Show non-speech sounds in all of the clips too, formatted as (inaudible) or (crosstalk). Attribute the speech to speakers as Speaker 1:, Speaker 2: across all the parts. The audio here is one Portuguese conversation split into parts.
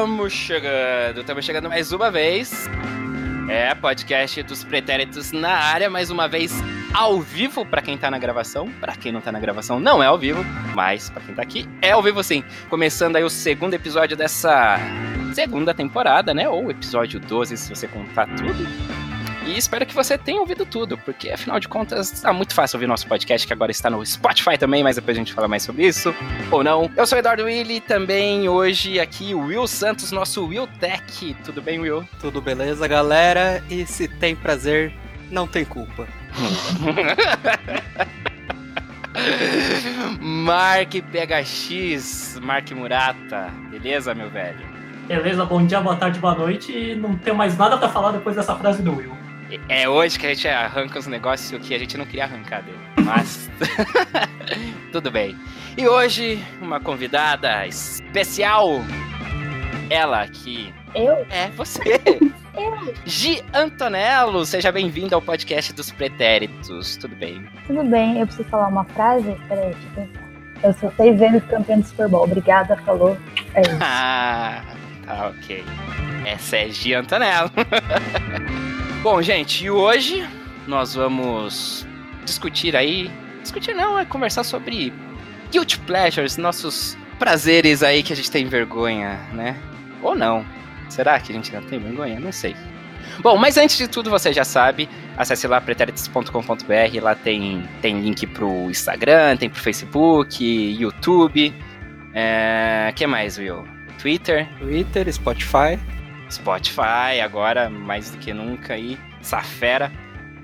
Speaker 1: Estamos chegando, estamos chegando mais uma vez. É, podcast dos pretéritos na área, mais uma vez ao vivo para quem tá na gravação. Para quem não tá na gravação, não é ao vivo, mas para quem tá aqui, é ao vivo sim. Começando aí o segundo episódio dessa segunda temporada, né? Ou episódio 12, se você contar tudo. E espero que você tenha ouvido tudo, porque afinal de contas tá muito fácil ouvir nosso podcast, que agora está no Spotify também, mas depois a gente fala mais sobre isso, ou não. Eu sou o Eduardo Willi, também hoje aqui o Will Santos, nosso Will Tech. Tudo bem, Will?
Speaker 2: Tudo beleza, galera? E se tem prazer, não tem culpa.
Speaker 1: Mark PHX, Mark Murata, beleza, meu velho?
Speaker 3: Beleza, bom dia, boa tarde, boa noite. E não tenho mais nada pra falar depois dessa frase do Will. (laughs)
Speaker 1: É hoje que a gente arranca os negócios que a gente não queria arrancar dele, mas (laughs) tudo bem. E hoje, uma convidada especial, ela que
Speaker 4: Eu?
Speaker 1: é você, Gi Antonello, seja bem-vinda ao podcast dos pretéritos, tudo bem?
Speaker 4: Tudo bem, eu preciso falar uma frase? Peraí, deixa eu pensar. Eu sou seis vezes campeã do Super Bowl. Obrigada, falou. (laughs) É isso.
Speaker 1: Ah, (laughs) tá ok. Essa é Gia Antonello. (laughs) Bom, gente, e hoje nós vamos discutir aí. Discutir não, é conversar sobre guilt pleasures, nossos prazeres aí que a gente tem vergonha, né? Ou não. Será que a gente não tem vergonha? Não sei. Bom, mas antes de tudo, você já sabe, acesse lá pretéritos.com.br, lá tem, tem link pro Instagram, tem pro Facebook, YouTube. É, que mais, Will? Twitter?
Speaker 2: Twitter, Spotify.
Speaker 1: Spotify agora mais do que nunca aí, essa fera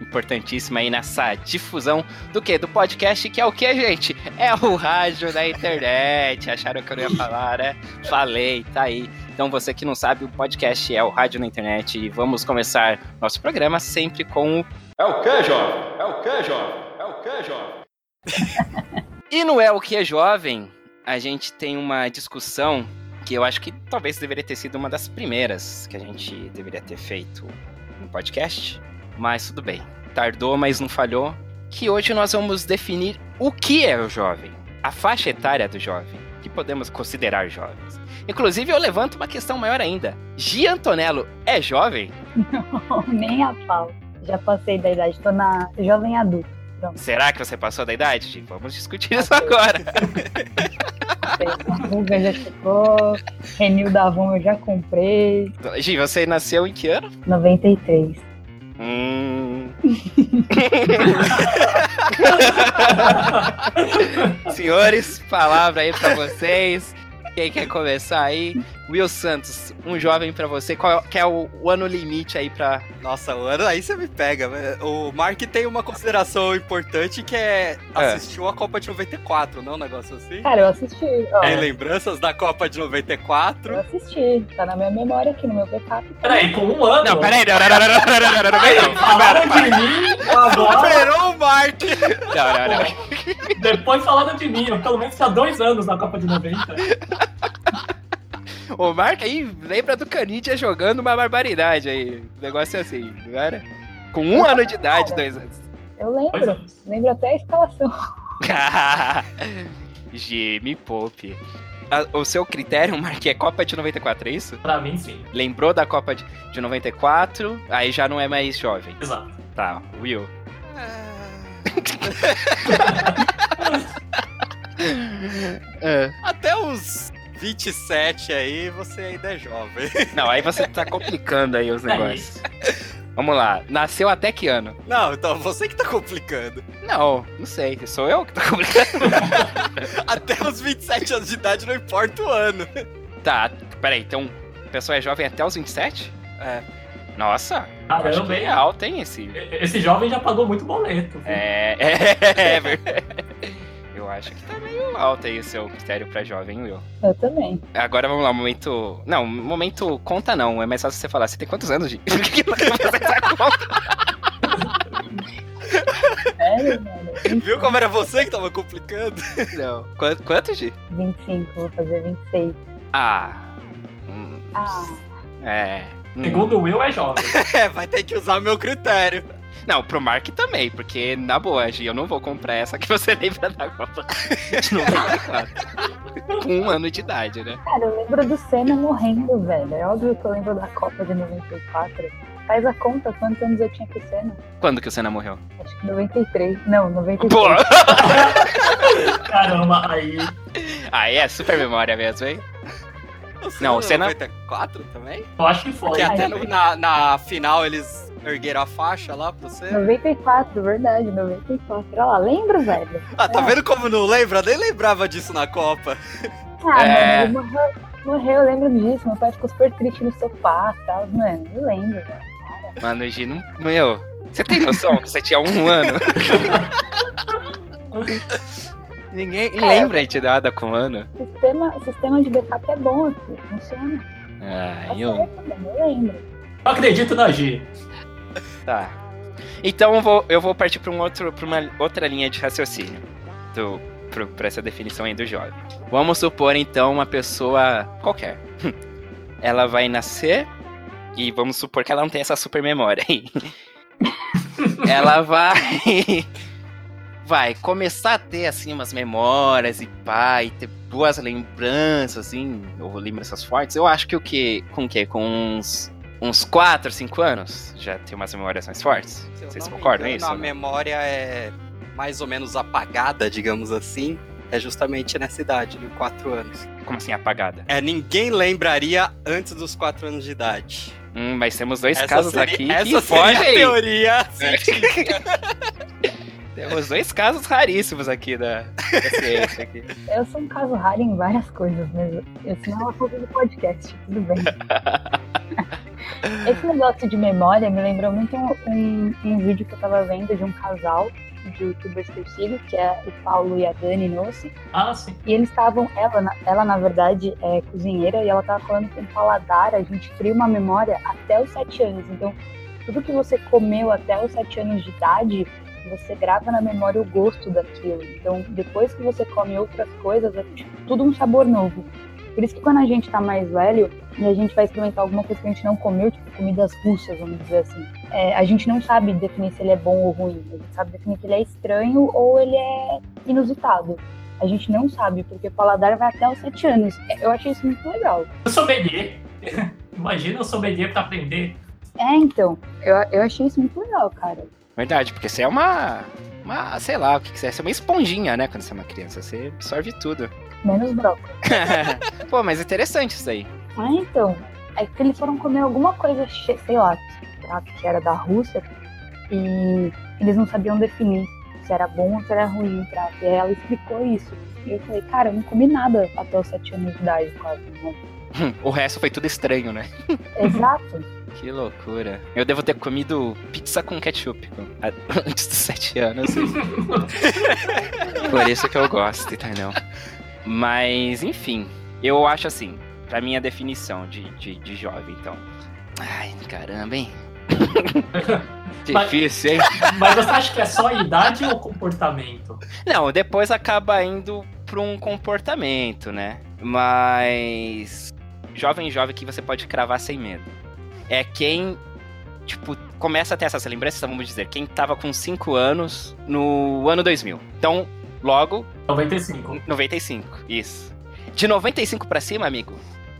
Speaker 1: importantíssima aí nessa difusão do que do podcast que é o que gente é o rádio da internet (laughs) acharam que eu não ia falar né falei tá aí então você que não sabe o podcast é o rádio na internet e vamos começar nosso programa sempre com o é o que jovem é o que jovem é o que jovem (laughs) e no é o que é jovem a gente tem uma discussão que eu acho que talvez deveria ter sido uma das primeiras que a gente deveria ter feito no podcast, mas tudo bem. Tardou, mas não falhou. Que hoje nós vamos definir o que é o jovem, a faixa etária do jovem, que podemos considerar jovens. Inclusive, eu levanto uma questão maior ainda. Gi Antonello é jovem?
Speaker 4: Nem a pau. Já passei da idade, tô na jovem adulta.
Speaker 1: Será que você passou da idade? Gi? Vamos discutir isso agora.
Speaker 4: A Ruga já chegou, Renil da Avon eu já comprei.
Speaker 1: Gi, você nasceu em que ano?
Speaker 4: 93.
Speaker 1: Hum. Senhores, palavra aí pra vocês. Quem quer começar aí? Will Santos, um jovem pra você. Qual é- que é o, o ano limite aí pra.
Speaker 2: Nossa, mano, aí você me pega. né? O Mark tem uma consideração importante que é assistiu a Copa de 94, não um negócio assim?
Speaker 4: Cara, eu assisti. Ó,
Speaker 2: Tem lembranças da Copa de 94.
Speaker 4: eu assisti. Tá na minha memória aqui, no meu backup.
Speaker 3: Peraí, com um ano.
Speaker 1: peraí, não, não, não, não, não, não, não, não, não,
Speaker 3: Falaram de mim agora,
Speaker 2: Superou o Mark!
Speaker 1: não, não, não.
Speaker 3: depois falaram de mim. Eu pelo menos tinha dois anos na Copa de 90.
Speaker 1: O Mark aí lembra do Canidia jogando uma barbaridade aí. O negócio é assim, não era? Com um ano de idade, dois anos.
Speaker 4: Eu
Speaker 3: Dois
Speaker 4: lembro.
Speaker 3: anos.
Speaker 4: Lembro até a escalação.
Speaker 1: (laughs) G, me poupe. A- O seu critério, Mark, é Copa de 94, é isso?
Speaker 3: Pra mim, sim.
Speaker 1: Lembrou da Copa de de 94, aí já não é mais jovem.
Speaker 3: Exato.
Speaker 1: Tá, Will.
Speaker 2: Até os 27 aí, você ainda é jovem.
Speaker 1: Não, aí você tá complicando aí os
Speaker 3: É
Speaker 1: negócios. Vamos lá, nasceu até que ano?
Speaker 2: Não, então você que tá complicando.
Speaker 1: Não, não sei, sou eu que tô complicando.
Speaker 2: Até os 27 anos de idade não importa o ano.
Speaker 1: tá, peraí, então a pessoa é jovem até os 27?
Speaker 2: É.
Speaker 1: Nossa,
Speaker 3: Caramba,
Speaker 1: acho que é
Speaker 3: hein?
Speaker 1: alto, hein, esse
Speaker 3: Esse jovem já pagou muito boleto. viu?
Speaker 1: É, (laughs) é, verdade. Eu acho que tá meio alto aí o seu critério pra jovem, Will.
Speaker 4: Eu também.
Speaker 1: Agora vamos lá, momento. Não, momento conta não. É mais fácil você falar. Você tem quantos anos, Gi? (laughs) Porque eu não vou fazer essa conta.
Speaker 4: Sério, mano?
Speaker 2: Viu como era você que tava complicando? (laughs)
Speaker 1: Não. Quanto, quanto, Gi?
Speaker 4: 25, vou fazer 26.
Speaker 1: Ah. hum,
Speaker 4: Ah,
Speaker 1: É. hum.
Speaker 3: Segundo o Will, é jovem.
Speaker 2: É, vai ter que usar meu critério.
Speaker 1: Não, pro Mark também, (laughs) porque na boa, Gi, eu não vou comprar essa que você lembra da Copa de 94. com um ano de idade, né?
Speaker 4: Cara, eu lembro do Senna morrendo, velho. É óbvio que eu lembro da Copa de 94. Faz a conta quantos anos eu tinha com o Senna.
Speaker 1: Quando que o Senna morreu?
Speaker 4: Acho que 93. Não, 93.
Speaker 1: Pô,
Speaker 3: Caramba, aí.
Speaker 1: aí é super memória mesmo, hein? Não, o
Speaker 2: você
Speaker 1: Senna-
Speaker 2: 94 também?
Speaker 3: Eu acho que foi.
Speaker 2: Porque até
Speaker 4: Ai,
Speaker 2: no- na, na final eles ergueram a faixa lá pra você.
Speaker 4: É. 94, verdade, 94. Olha lá, lembro, velho.
Speaker 2: Ah, tá vendo como não lembra? Nem lembrava disso na Copa.
Speaker 4: Ah,
Speaker 1: É.
Speaker 4: mano, ele morreu, morreu, eu lembro disso. Meu pai ficou super triste no sofá e tal. Mano, eu lembro, velho.
Speaker 1: Mano, o Gi, não. Meu, você tem noção que você tinha um ano? (laughs) Ninguém lembra de nada com um ano.
Speaker 4: Sistema, sistema de backup é bom aqui, funciona. Tá
Speaker 1: Ah, eu.
Speaker 4: certo, mano, eu lembro.
Speaker 3: Eu acredito né, na G.
Speaker 1: Tá. Então eu vou, eu vou partir para um outro, pra uma outra linha de raciocínio do, pro, pra essa definição aí do jovem. Vamos supor então uma pessoa qualquer. (laughs) Ela vai nascer e vamos supor que ela não tem essa super memória aí. ela vai. (laughs) Vai começar a ter assim umas memórias e pá, e ter boas lembranças, assim, ou lembranças fortes. Eu acho que o que. Com o quê? Com uns uns 4, 5 anos, já tem umas memórias mais fortes.
Speaker 2: Se eu
Speaker 1: Vocês
Speaker 2: não me
Speaker 1: concordam
Speaker 2: engano,
Speaker 1: isso? né?
Speaker 2: A
Speaker 1: ou não?
Speaker 2: memória é mais ou menos apagada, digamos assim. É justamente nessa idade, de 4 anos.
Speaker 1: Como assim, apagada?
Speaker 2: É, ninguém lembraria antes dos 4 anos de idade.
Speaker 1: Hum, mas temos dois
Speaker 2: Essa
Speaker 1: casos
Speaker 2: seria-
Speaker 1: aqui
Speaker 2: essa é
Speaker 1: que É.
Speaker 2: seria a
Speaker 1: fogem.
Speaker 2: teoria.
Speaker 1: Temos dois casos raríssimos aqui da, da ciência. Aqui.
Speaker 4: Eu sou um caso raro em várias coisas, mas esse não é uma coisa do podcast, tudo bem. Esse negócio de memória me lembrou muito um, um- um vídeo que eu tava vendo de um casal de youtubers que eu sigo, que é o Paulo e a Dani Nossi.
Speaker 3: Ah, sim.
Speaker 4: E eles estavam, ela, na- ela na verdade é cozinheira e ela tava falando que o paladar, a gente cria uma memória até os sete anos. Então, tudo que você comeu até os sete anos de idade, você grava na memória o gosto daquilo. Então, depois que você come outras coisas, é tudo um sabor novo. Por isso que quando a gente tá mais velho e a gente vai experimentar alguma coisa que a gente não comeu, tipo comidas russas, vamos dizer assim, é, a gente não sabe definir se ele é bom ou ruim. A gente sabe definir se ele é estranho ou ele é inusitado. A gente não sabe, porque o paladar vai até os 7 anos. Eu achei isso muito legal.
Speaker 3: Eu sou BD. (laughs) Imagina eu sou BD pra aprender.
Speaker 4: É, então, eu, eu achei isso muito legal, cara.
Speaker 1: Verdade, porque você é uma. Uma, sei lá, o que quiser. Você é uma esponjinha, né? Quando você é uma criança, você absorve tudo. (laughs)
Speaker 4: Menos brócolis.
Speaker 1: Pô, mas é interessante isso aí.
Speaker 4: Ah, então. É que eles foram comer alguma coisa, che- sei lá, que era da Rússia, e eles não sabiam definir se era bom ou se era ruim o prato. E aí ela explicou isso. E eu falei, cara, eu não comi nada até os 7 anos de idade, quase. né? (laughs)
Speaker 1: O resto foi tudo estranho, né?
Speaker 4: Exato.
Speaker 1: Que loucura. Eu devo ter comido pizza com ketchup com- a- (laughs) antes dos sete anos. Por isso que eu gosto, entendeu? Mas, enfim, eu acho assim, pra minha definição de, de, de jovem, então. Ai, caramba, hein? (laughs) Difícil, hein?
Speaker 3: Mas você acha que é só a idade ou comportamento?
Speaker 1: Não, depois acaba indo pra um comportamento, né? Mas. Jovem, jovem que você pode cravar sem medo. É quem, tipo, começa a ter essas lembranças, vamos dizer, quem tava com 5 anos no ano 2000. Então, logo,
Speaker 3: 95.
Speaker 1: 95. Isso. De 95 pra cima, amigo,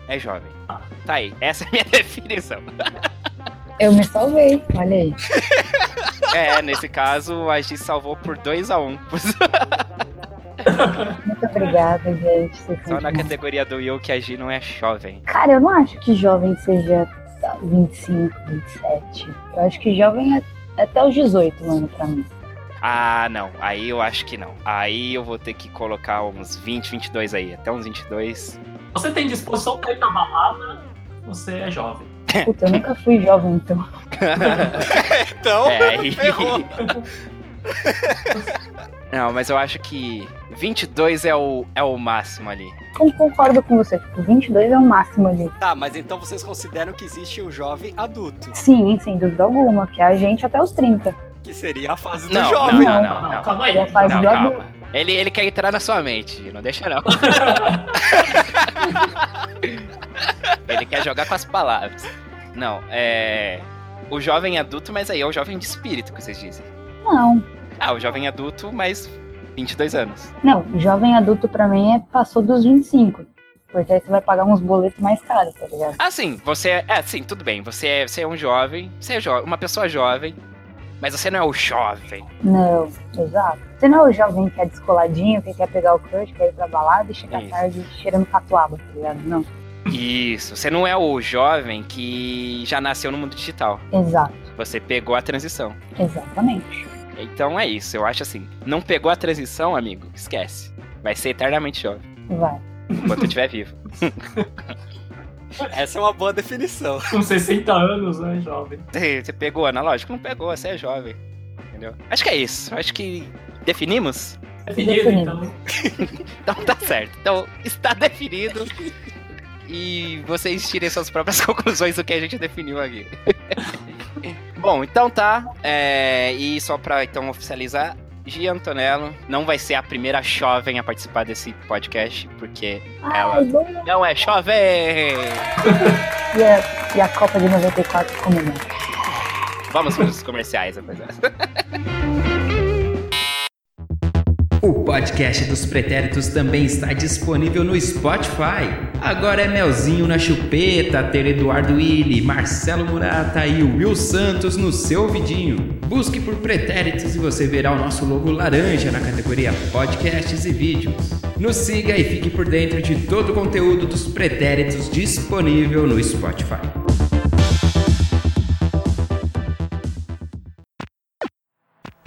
Speaker 1: é jovem.
Speaker 3: Ah.
Speaker 1: Tá aí, essa é a minha (laughs) definição.
Speaker 4: Eu me salvei, olha aí.
Speaker 1: É, nesse caso, a gente salvou por 2 a 1 um, (laughs)
Speaker 4: Muito obrigada, gente. vocês são
Speaker 1: Só na
Speaker 4: demais.
Speaker 1: categoria do Will que a G não é jovem.
Speaker 4: Cara, eu não acho que jovem seja tá, 25, 27. Eu acho que jovem é é até os 18, mano, pra mim.
Speaker 1: Ah, não. Aí eu acho que não. Aí eu vou ter que colocar uns 20, 22 aí. Até uns 22.
Speaker 3: Você tem disposição pra ir na balada, você é jovem.
Speaker 4: Puta, eu nunca fui jovem, então.
Speaker 2: Então,
Speaker 1: É.
Speaker 2: (laughs) ferrou.
Speaker 1: Não, mas eu acho que 22 é o, é o máximo ali.
Speaker 4: Eu concordo com você, tipo, 22 é o máximo ali.
Speaker 2: Tá, mas então vocês consideram que existe o jovem adulto,
Speaker 4: Sim, sem dúvida alguma, que é a gente até os 30.
Speaker 2: que seria a fase do
Speaker 1: Não,
Speaker 2: jovem.
Speaker 1: não, não,
Speaker 4: Não,
Speaker 1: não. não.
Speaker 3: um calma aí.
Speaker 4: Já faz-
Speaker 1: Não,
Speaker 4: Mas do
Speaker 1: calma. Ele, ele quer entrar na sua mente, não deixa não. ele quer jogar com as palavras. Não, é. O jovem adulto, mas aí é o jovem de espírito que vocês dizem.
Speaker 4: Não,
Speaker 1: Ah, o jovem adulto, mas 22 anos.
Speaker 4: Não, jovem adulto pra mim é passou dos 25. Porque aí você vai pagar uns boletos mais caros, tá ligado?
Speaker 1: Ah, sim, você é. É, sim, tudo bem. Você é, você é um jovem. Você é jo- uma pessoa jovem. Mas você não é o jovem.
Speaker 4: Não, exato. Você não é o jovem que é descoladinho, que quer pegar o crush, quer ir pra balada e chega
Speaker 1: Isso.
Speaker 4: tarde cheirando catuaba, tá ligado? Não,
Speaker 1: Isso. Você não é o jovem que já nasceu no mundo digital.
Speaker 4: exato,
Speaker 1: Você pegou a transição.
Speaker 4: exatamente.
Speaker 1: Então é isso. Eu acho assim. Não pegou a transição, amigo? Esquece. Vai ser eternamente jovem.
Speaker 4: Vai.
Speaker 1: Enquanto eu estiver vivo.
Speaker 2: Essa é uma boa definição.
Speaker 3: Com 60 anos, né, jovem?
Speaker 1: Você pegou analógico? Não pegou. Você é jovem. Entendeu? Acho que é isso. Acho que definimos.
Speaker 3: Definido, então.
Speaker 1: Então tá certo. Então está definido. E vocês tirem suas próprias (laughs) conclusões do que a gente definiu aqui. Bom, então tá. É, e só pra então oficializar, Gia Antonello não vai ser a primeira jovem a participar desse podcast, porque Ela-
Speaker 4: Ai, boa.
Speaker 1: não é jovem!
Speaker 4: E a, e a Copa de 94 comemora.
Speaker 1: Vamos para os comerciais, rapaziada.
Speaker 5: O podcast dos pretéritos também está disponível no Spotify. Agora é Melzinho na Chupeta, ter Eduardo Willi, Marcelo Murata e Will Santos no seu vidinho. Busque por pretéritos e você verá o nosso logo laranja na categoria Podcasts e Vídeos. Nos siga e fique por dentro de todo o conteúdo dos pretéritos disponível no Spotify.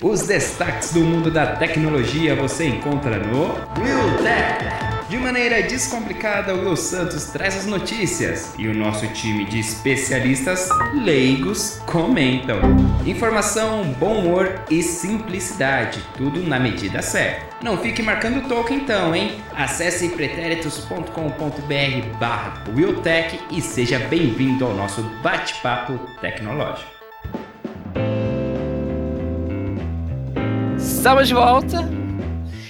Speaker 5: Os destaques do mundo da tecnologia você encontra no Will Tech. De maneira descomplicada, o Will Santos traz as notícias e o nosso time de especialistas leigos comentam. Informação, bom humor e simplicidade, tudo na medida certa. Não fique marcando toque então, hein? Acesse pretéritos.com.br barra Willtech e seja bem-vindo ao nosso bate-papo tecnológico.
Speaker 1: Estamos de volta.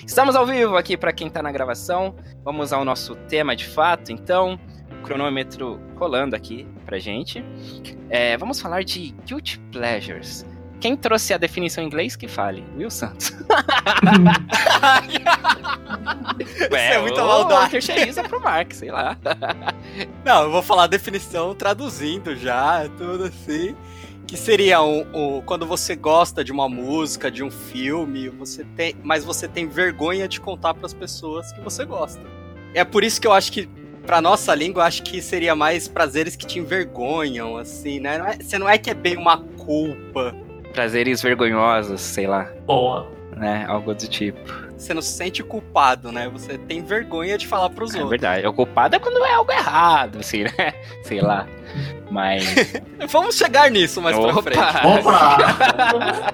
Speaker 1: Estamos ao vivo aqui para quem tá na gravação. Vamos ao nosso tema de fato, então. O cronômetro rolando aqui pra gente. É, vamos falar de Guilty Pleasures. Quem trouxe a definição em inglês que fale? Will Santos. (laughs) Isso
Speaker 2: é muita maldade.
Speaker 1: terceiriza pro Mark, sei lá.
Speaker 2: Não, eu vou falar a definição traduzindo já, tudo assim. Que seria um, um- quando você gosta de uma música, de um filme, você tem, mas você tem vergonha de contar pras pessoas que você gosta. É por isso que eu acho que, pra nossa língua, eu acho que seria mais prazeres que te envergonham, assim, né? Não é- você não é que é bem uma culpa,
Speaker 1: (laughs) Prazeres vergonhosos, sei lá.
Speaker 3: Boa.
Speaker 1: Né? Algo do tipo.
Speaker 2: você não se sente culpado, né? Você tem vergonha de falar pros
Speaker 1: É
Speaker 2: outros.
Speaker 1: verdade. O culpado é quando é algo errado, assim, né? (laughs) Sei lá. Mas. (laughs)
Speaker 2: Vamos chegar nisso mais pra frente.
Speaker 3: Opa!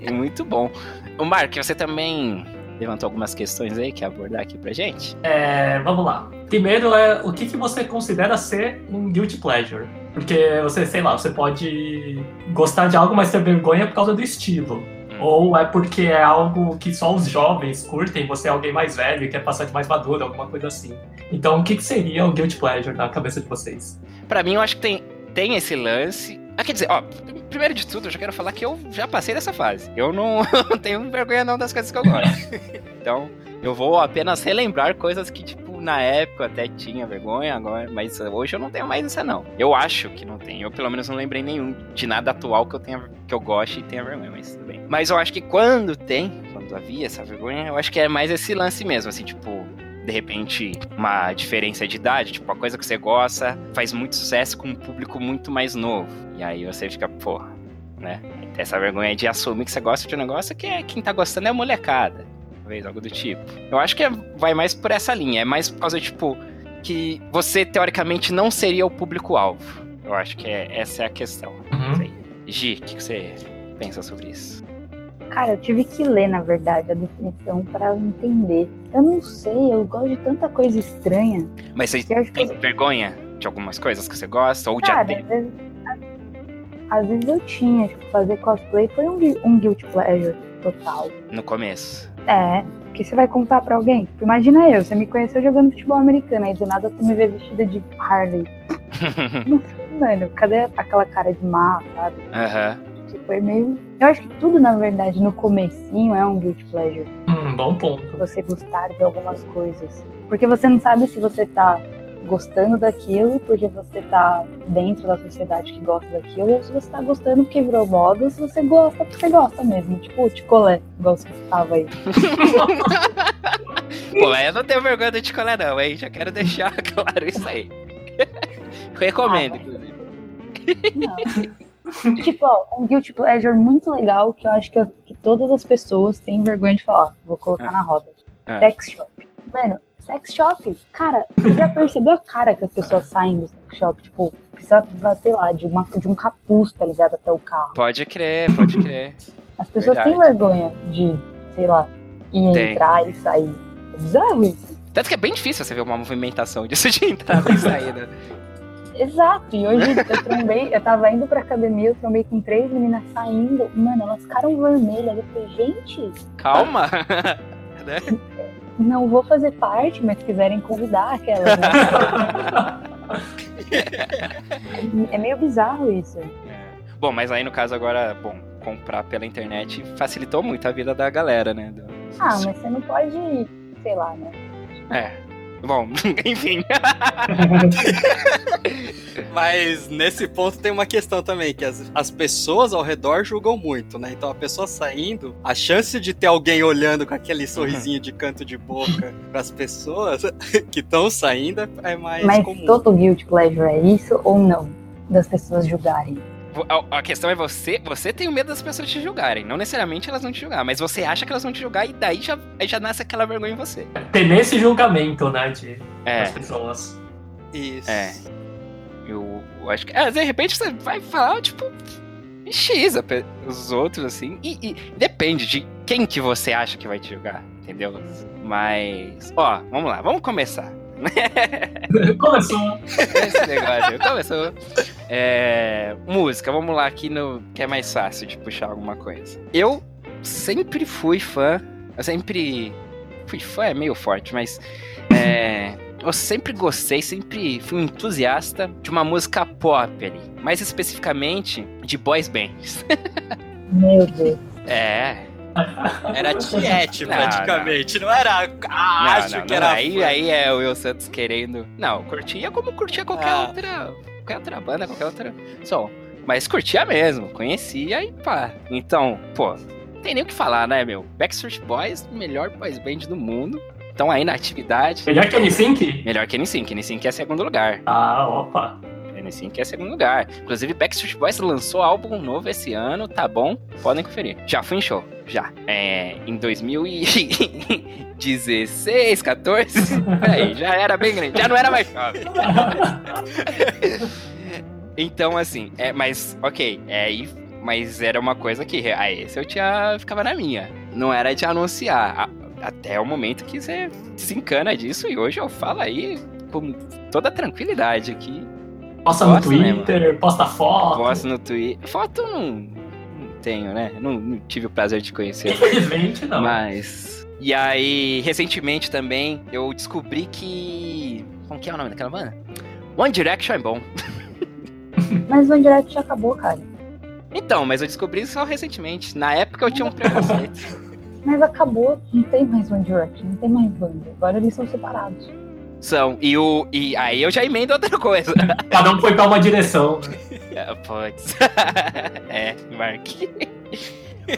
Speaker 1: É Muito bom. O Mark, você também levantou algumas questões aí que abordar aqui pra gente?
Speaker 3: É, vamos lá. Primeiro é o que, que você considera ser um guilty pleasure. Porque você, sei lá, você pode gostar de algo, mas ter vergonha por causa do estilo. Ou é porque é algo que só os jovens curtem, você é alguém mais velho e quer passar de mais maduro, alguma coisa assim. Então, o que, que seria o guilty pleasure na cabeça de vocês?
Speaker 1: Pra mim, eu acho que tem, tem esse lance. Ah, quer dizer, ó, pr- primeiro de tudo, eu já quero falar que eu já passei dessa fase. Eu não, (laughs) não tenho vergonha não das coisas que eu gosto. então, eu vou apenas relembrar coisas que, tipo, na época eu até tinha vergonha, agora, mas hoje eu não tenho mais essa não. Eu acho que não tem. Eu pelo menos não lembrei nenhum de nada atual que eu tenha que eu goste e tenha vergonha, mas tudo bem. Mas eu acho que quando tem, quando havia essa vergonha, eu acho que é mais esse lance mesmo, assim, tipo, de repente uma diferença de idade, tipo, a coisa que você gosta faz muito sucesso com um público muito mais novo. E aí você fica, porra, né? Tem Essa vergonha de assumir que você gosta de um negócio que é, quem tá gostando é a molecada. Talvez algo do tipo. Eu acho que é- vai mais por essa linha. É mais por causa, tipo, que você teoricamente não seria o público-alvo. Eu acho que é- essa é a questão.
Speaker 3: Uhum.
Speaker 1: Gi, o que que você pensa sobre isso?
Speaker 4: Cara, eu tive que ler, na verdade, a definição pra entender. Eu não sei, eu gosto de tanta coisa estranha.
Speaker 1: Mas você
Speaker 4: Que eu acho que...
Speaker 1: tem vergonha de algumas coisas que você gosta? Ou de
Speaker 4: Cara,
Speaker 1: até-
Speaker 4: às vezes, às vezes eu tinha, tipo, fazer cosplay foi um, gui- um guilty pleasure total.
Speaker 1: no começo?
Speaker 4: É, porque você vai contar pra alguém. Tipo, imagina eu, você me conheceu jogando futebol americano, aí do nada tu me vê vestida de (laughs) Harley. Mano, cadê aquela cara de má, sabe?
Speaker 1: Aham.
Speaker 4: Que isso. Foi meio. Eu acho que tudo, na verdade, no comecinho é um guilty pleasure.
Speaker 3: Hum, bom ponto. (laughs)
Speaker 4: Você gostar de algumas coisas. Porque você não sabe se você tá gostando daquilo porque você tá dentro da sociedade que gosta daquilo, ou se você tá gostando porque virou moda, ou se você gosta porque você gosta mesmo. Tipo o Ticolé, igual você tava aí.
Speaker 1: Pô, mas eu não tenho vergonha do Ticolé não, hein? Já quero deixar (laughs) claro isso aí. Recomendo,
Speaker 4: Ah,
Speaker 1: inclusive.
Speaker 4: Não. tipo, ó, um guilty pleasure muito legal que eu acho que, que todas as pessoas têm vergonha de falar. Vou colocar na roda.
Speaker 1: Ah.
Speaker 4: Sex shop. Mano, sex shop, cara, você já percebeu a cara que as pessoas saem do sex shop? Tipo, precisa, sei lá, de, uma, de um capuz, tá ligado, até o carro.
Speaker 1: Pode crer, pode crer.
Speaker 4: As pessoas têm
Speaker 1: Verdade.
Speaker 4: vergonha de, sei lá, ir
Speaker 1: Tem.
Speaker 4: entrar e sair. É bizarro isso.
Speaker 1: Tanto que é bem difícil você ver uma movimentação disso de entrada e saída.
Speaker 4: Exato. E hoje eu trombei, eu tava indo pra academia, eu trombei com três meninas saindo. Mano, elas ficaram vermelhas. Eu falei, gente,
Speaker 1: Calma!
Speaker 4: não vou fazer parte, mas quiserem convidar aquelas,
Speaker 2: (laughs)
Speaker 4: né? é meio bizarro isso.
Speaker 1: Bom, mas aí no caso agora, bom, comprar pela internet facilitou muito a vida da galera, né? Do-
Speaker 4: Ah, mas você não pode, sei lá, né?
Speaker 1: É. Bom, (laughs) enfim.
Speaker 2: Mas nesse ponto tem uma questão também, que as, as pessoas ao redor julgam muito, né? Então a pessoa saindo, a chance de ter alguém olhando com
Speaker 1: Uhum.
Speaker 2: aquele sorrisinho de canto de boca pras pessoas (laughs) que estão saindo é mais
Speaker 4: mas
Speaker 2: comum.
Speaker 4: todo guilt pleasure é isso ou não? Das pessoas julgarem.
Speaker 1: A, a questão é você, você tem o medo das pessoas te julgarem. Não necessariamente elas vão te julgar, mas você acha que elas vão te julgar e daí já, aí já nasce aquela vergonha em você.
Speaker 3: Temer esse julgamento, né, de,
Speaker 1: É,
Speaker 3: das pessoas.
Speaker 2: Isso.
Speaker 1: É. eu, eu acho que. É, de repente você vai falar, tipo, X a pe- os outros, assim. E, e depende de quem que você acha que vai te julgar, entendeu? Mas. Ó, vamos lá, vamos começar.
Speaker 3: Começou.
Speaker 1: Esse negócio começou. É, música, vamos lá aqui no que é mais fácil de puxar alguma coisa. Eu sempre fui fã, eu sempre fui fã é meio forte, mas é, eu sempre gostei, sempre fui um entusiasta de uma música pop ali, mais especificamente de boys bands.
Speaker 4: Meu Deus.
Speaker 1: É,
Speaker 2: Era tiete,
Speaker 1: Não,
Speaker 2: praticamente. Não, era. Ah,
Speaker 1: Não,
Speaker 2: acho
Speaker 1: não,
Speaker 2: que
Speaker 1: não.
Speaker 2: era.
Speaker 1: Aí, aí é o Will Santos querendo. Não, curtia como curtia qualquer
Speaker 2: Ah.
Speaker 1: outra. Qualquer outra banda, qualquer outra som. Mas curtia mesmo, conhecia e pá. Então, pô, não tem nem o que falar, né, meu? Backstreet Boys, melhor boys band do mundo. Estão aí na atividade.
Speaker 3: Melhor que N5?
Speaker 1: Melhor que N5, N5 é segundo lugar.
Speaker 3: Ah, opa.
Speaker 1: N5 é segundo lugar. Inclusive, Backstreet Boys lançou álbum novo esse ano, tá bom? Podem conferir. Já fui em show, já. É, em 2016, 14, peraí, já era bem grande, já não era mais jovem. Então, assim, é, mas, ok, é, e- mas era uma coisa que, ah, esse eu tinha, ficava na minha. Não era de anunciar, a- até o momento que você se encana disso, e hoje eu falo aí com toda tranquilidade aqui.
Speaker 3: Posta no
Speaker 1: Posta, né, mano?
Speaker 3: Twitter, posta foto.
Speaker 1: Posto no Twitter. Foto eu não, não tenho, né? Não, não tive o prazer de conhecer.
Speaker 3: Infelizmente, (laughs) não.
Speaker 1: Mas. E aí, recentemente também, eu descobri que. Como que é o nome daquela banda? One Direction é bom.
Speaker 4: Mas o direct já acabou, cara.
Speaker 1: Então, mas eu descobri isso só recentemente. Na época eu tinha um
Speaker 3: (laughs)
Speaker 1: preconceito.
Speaker 4: Mas acabou, não tem mais One Direction, não tem mais banda. Agora eles são separados.
Speaker 1: São. E, o, e aí eu já emendo outra coisa. (laughs)
Speaker 3: Cada um foi pra uma direção.
Speaker 1: É, Putz. (laughs) é, Mark. (laughs)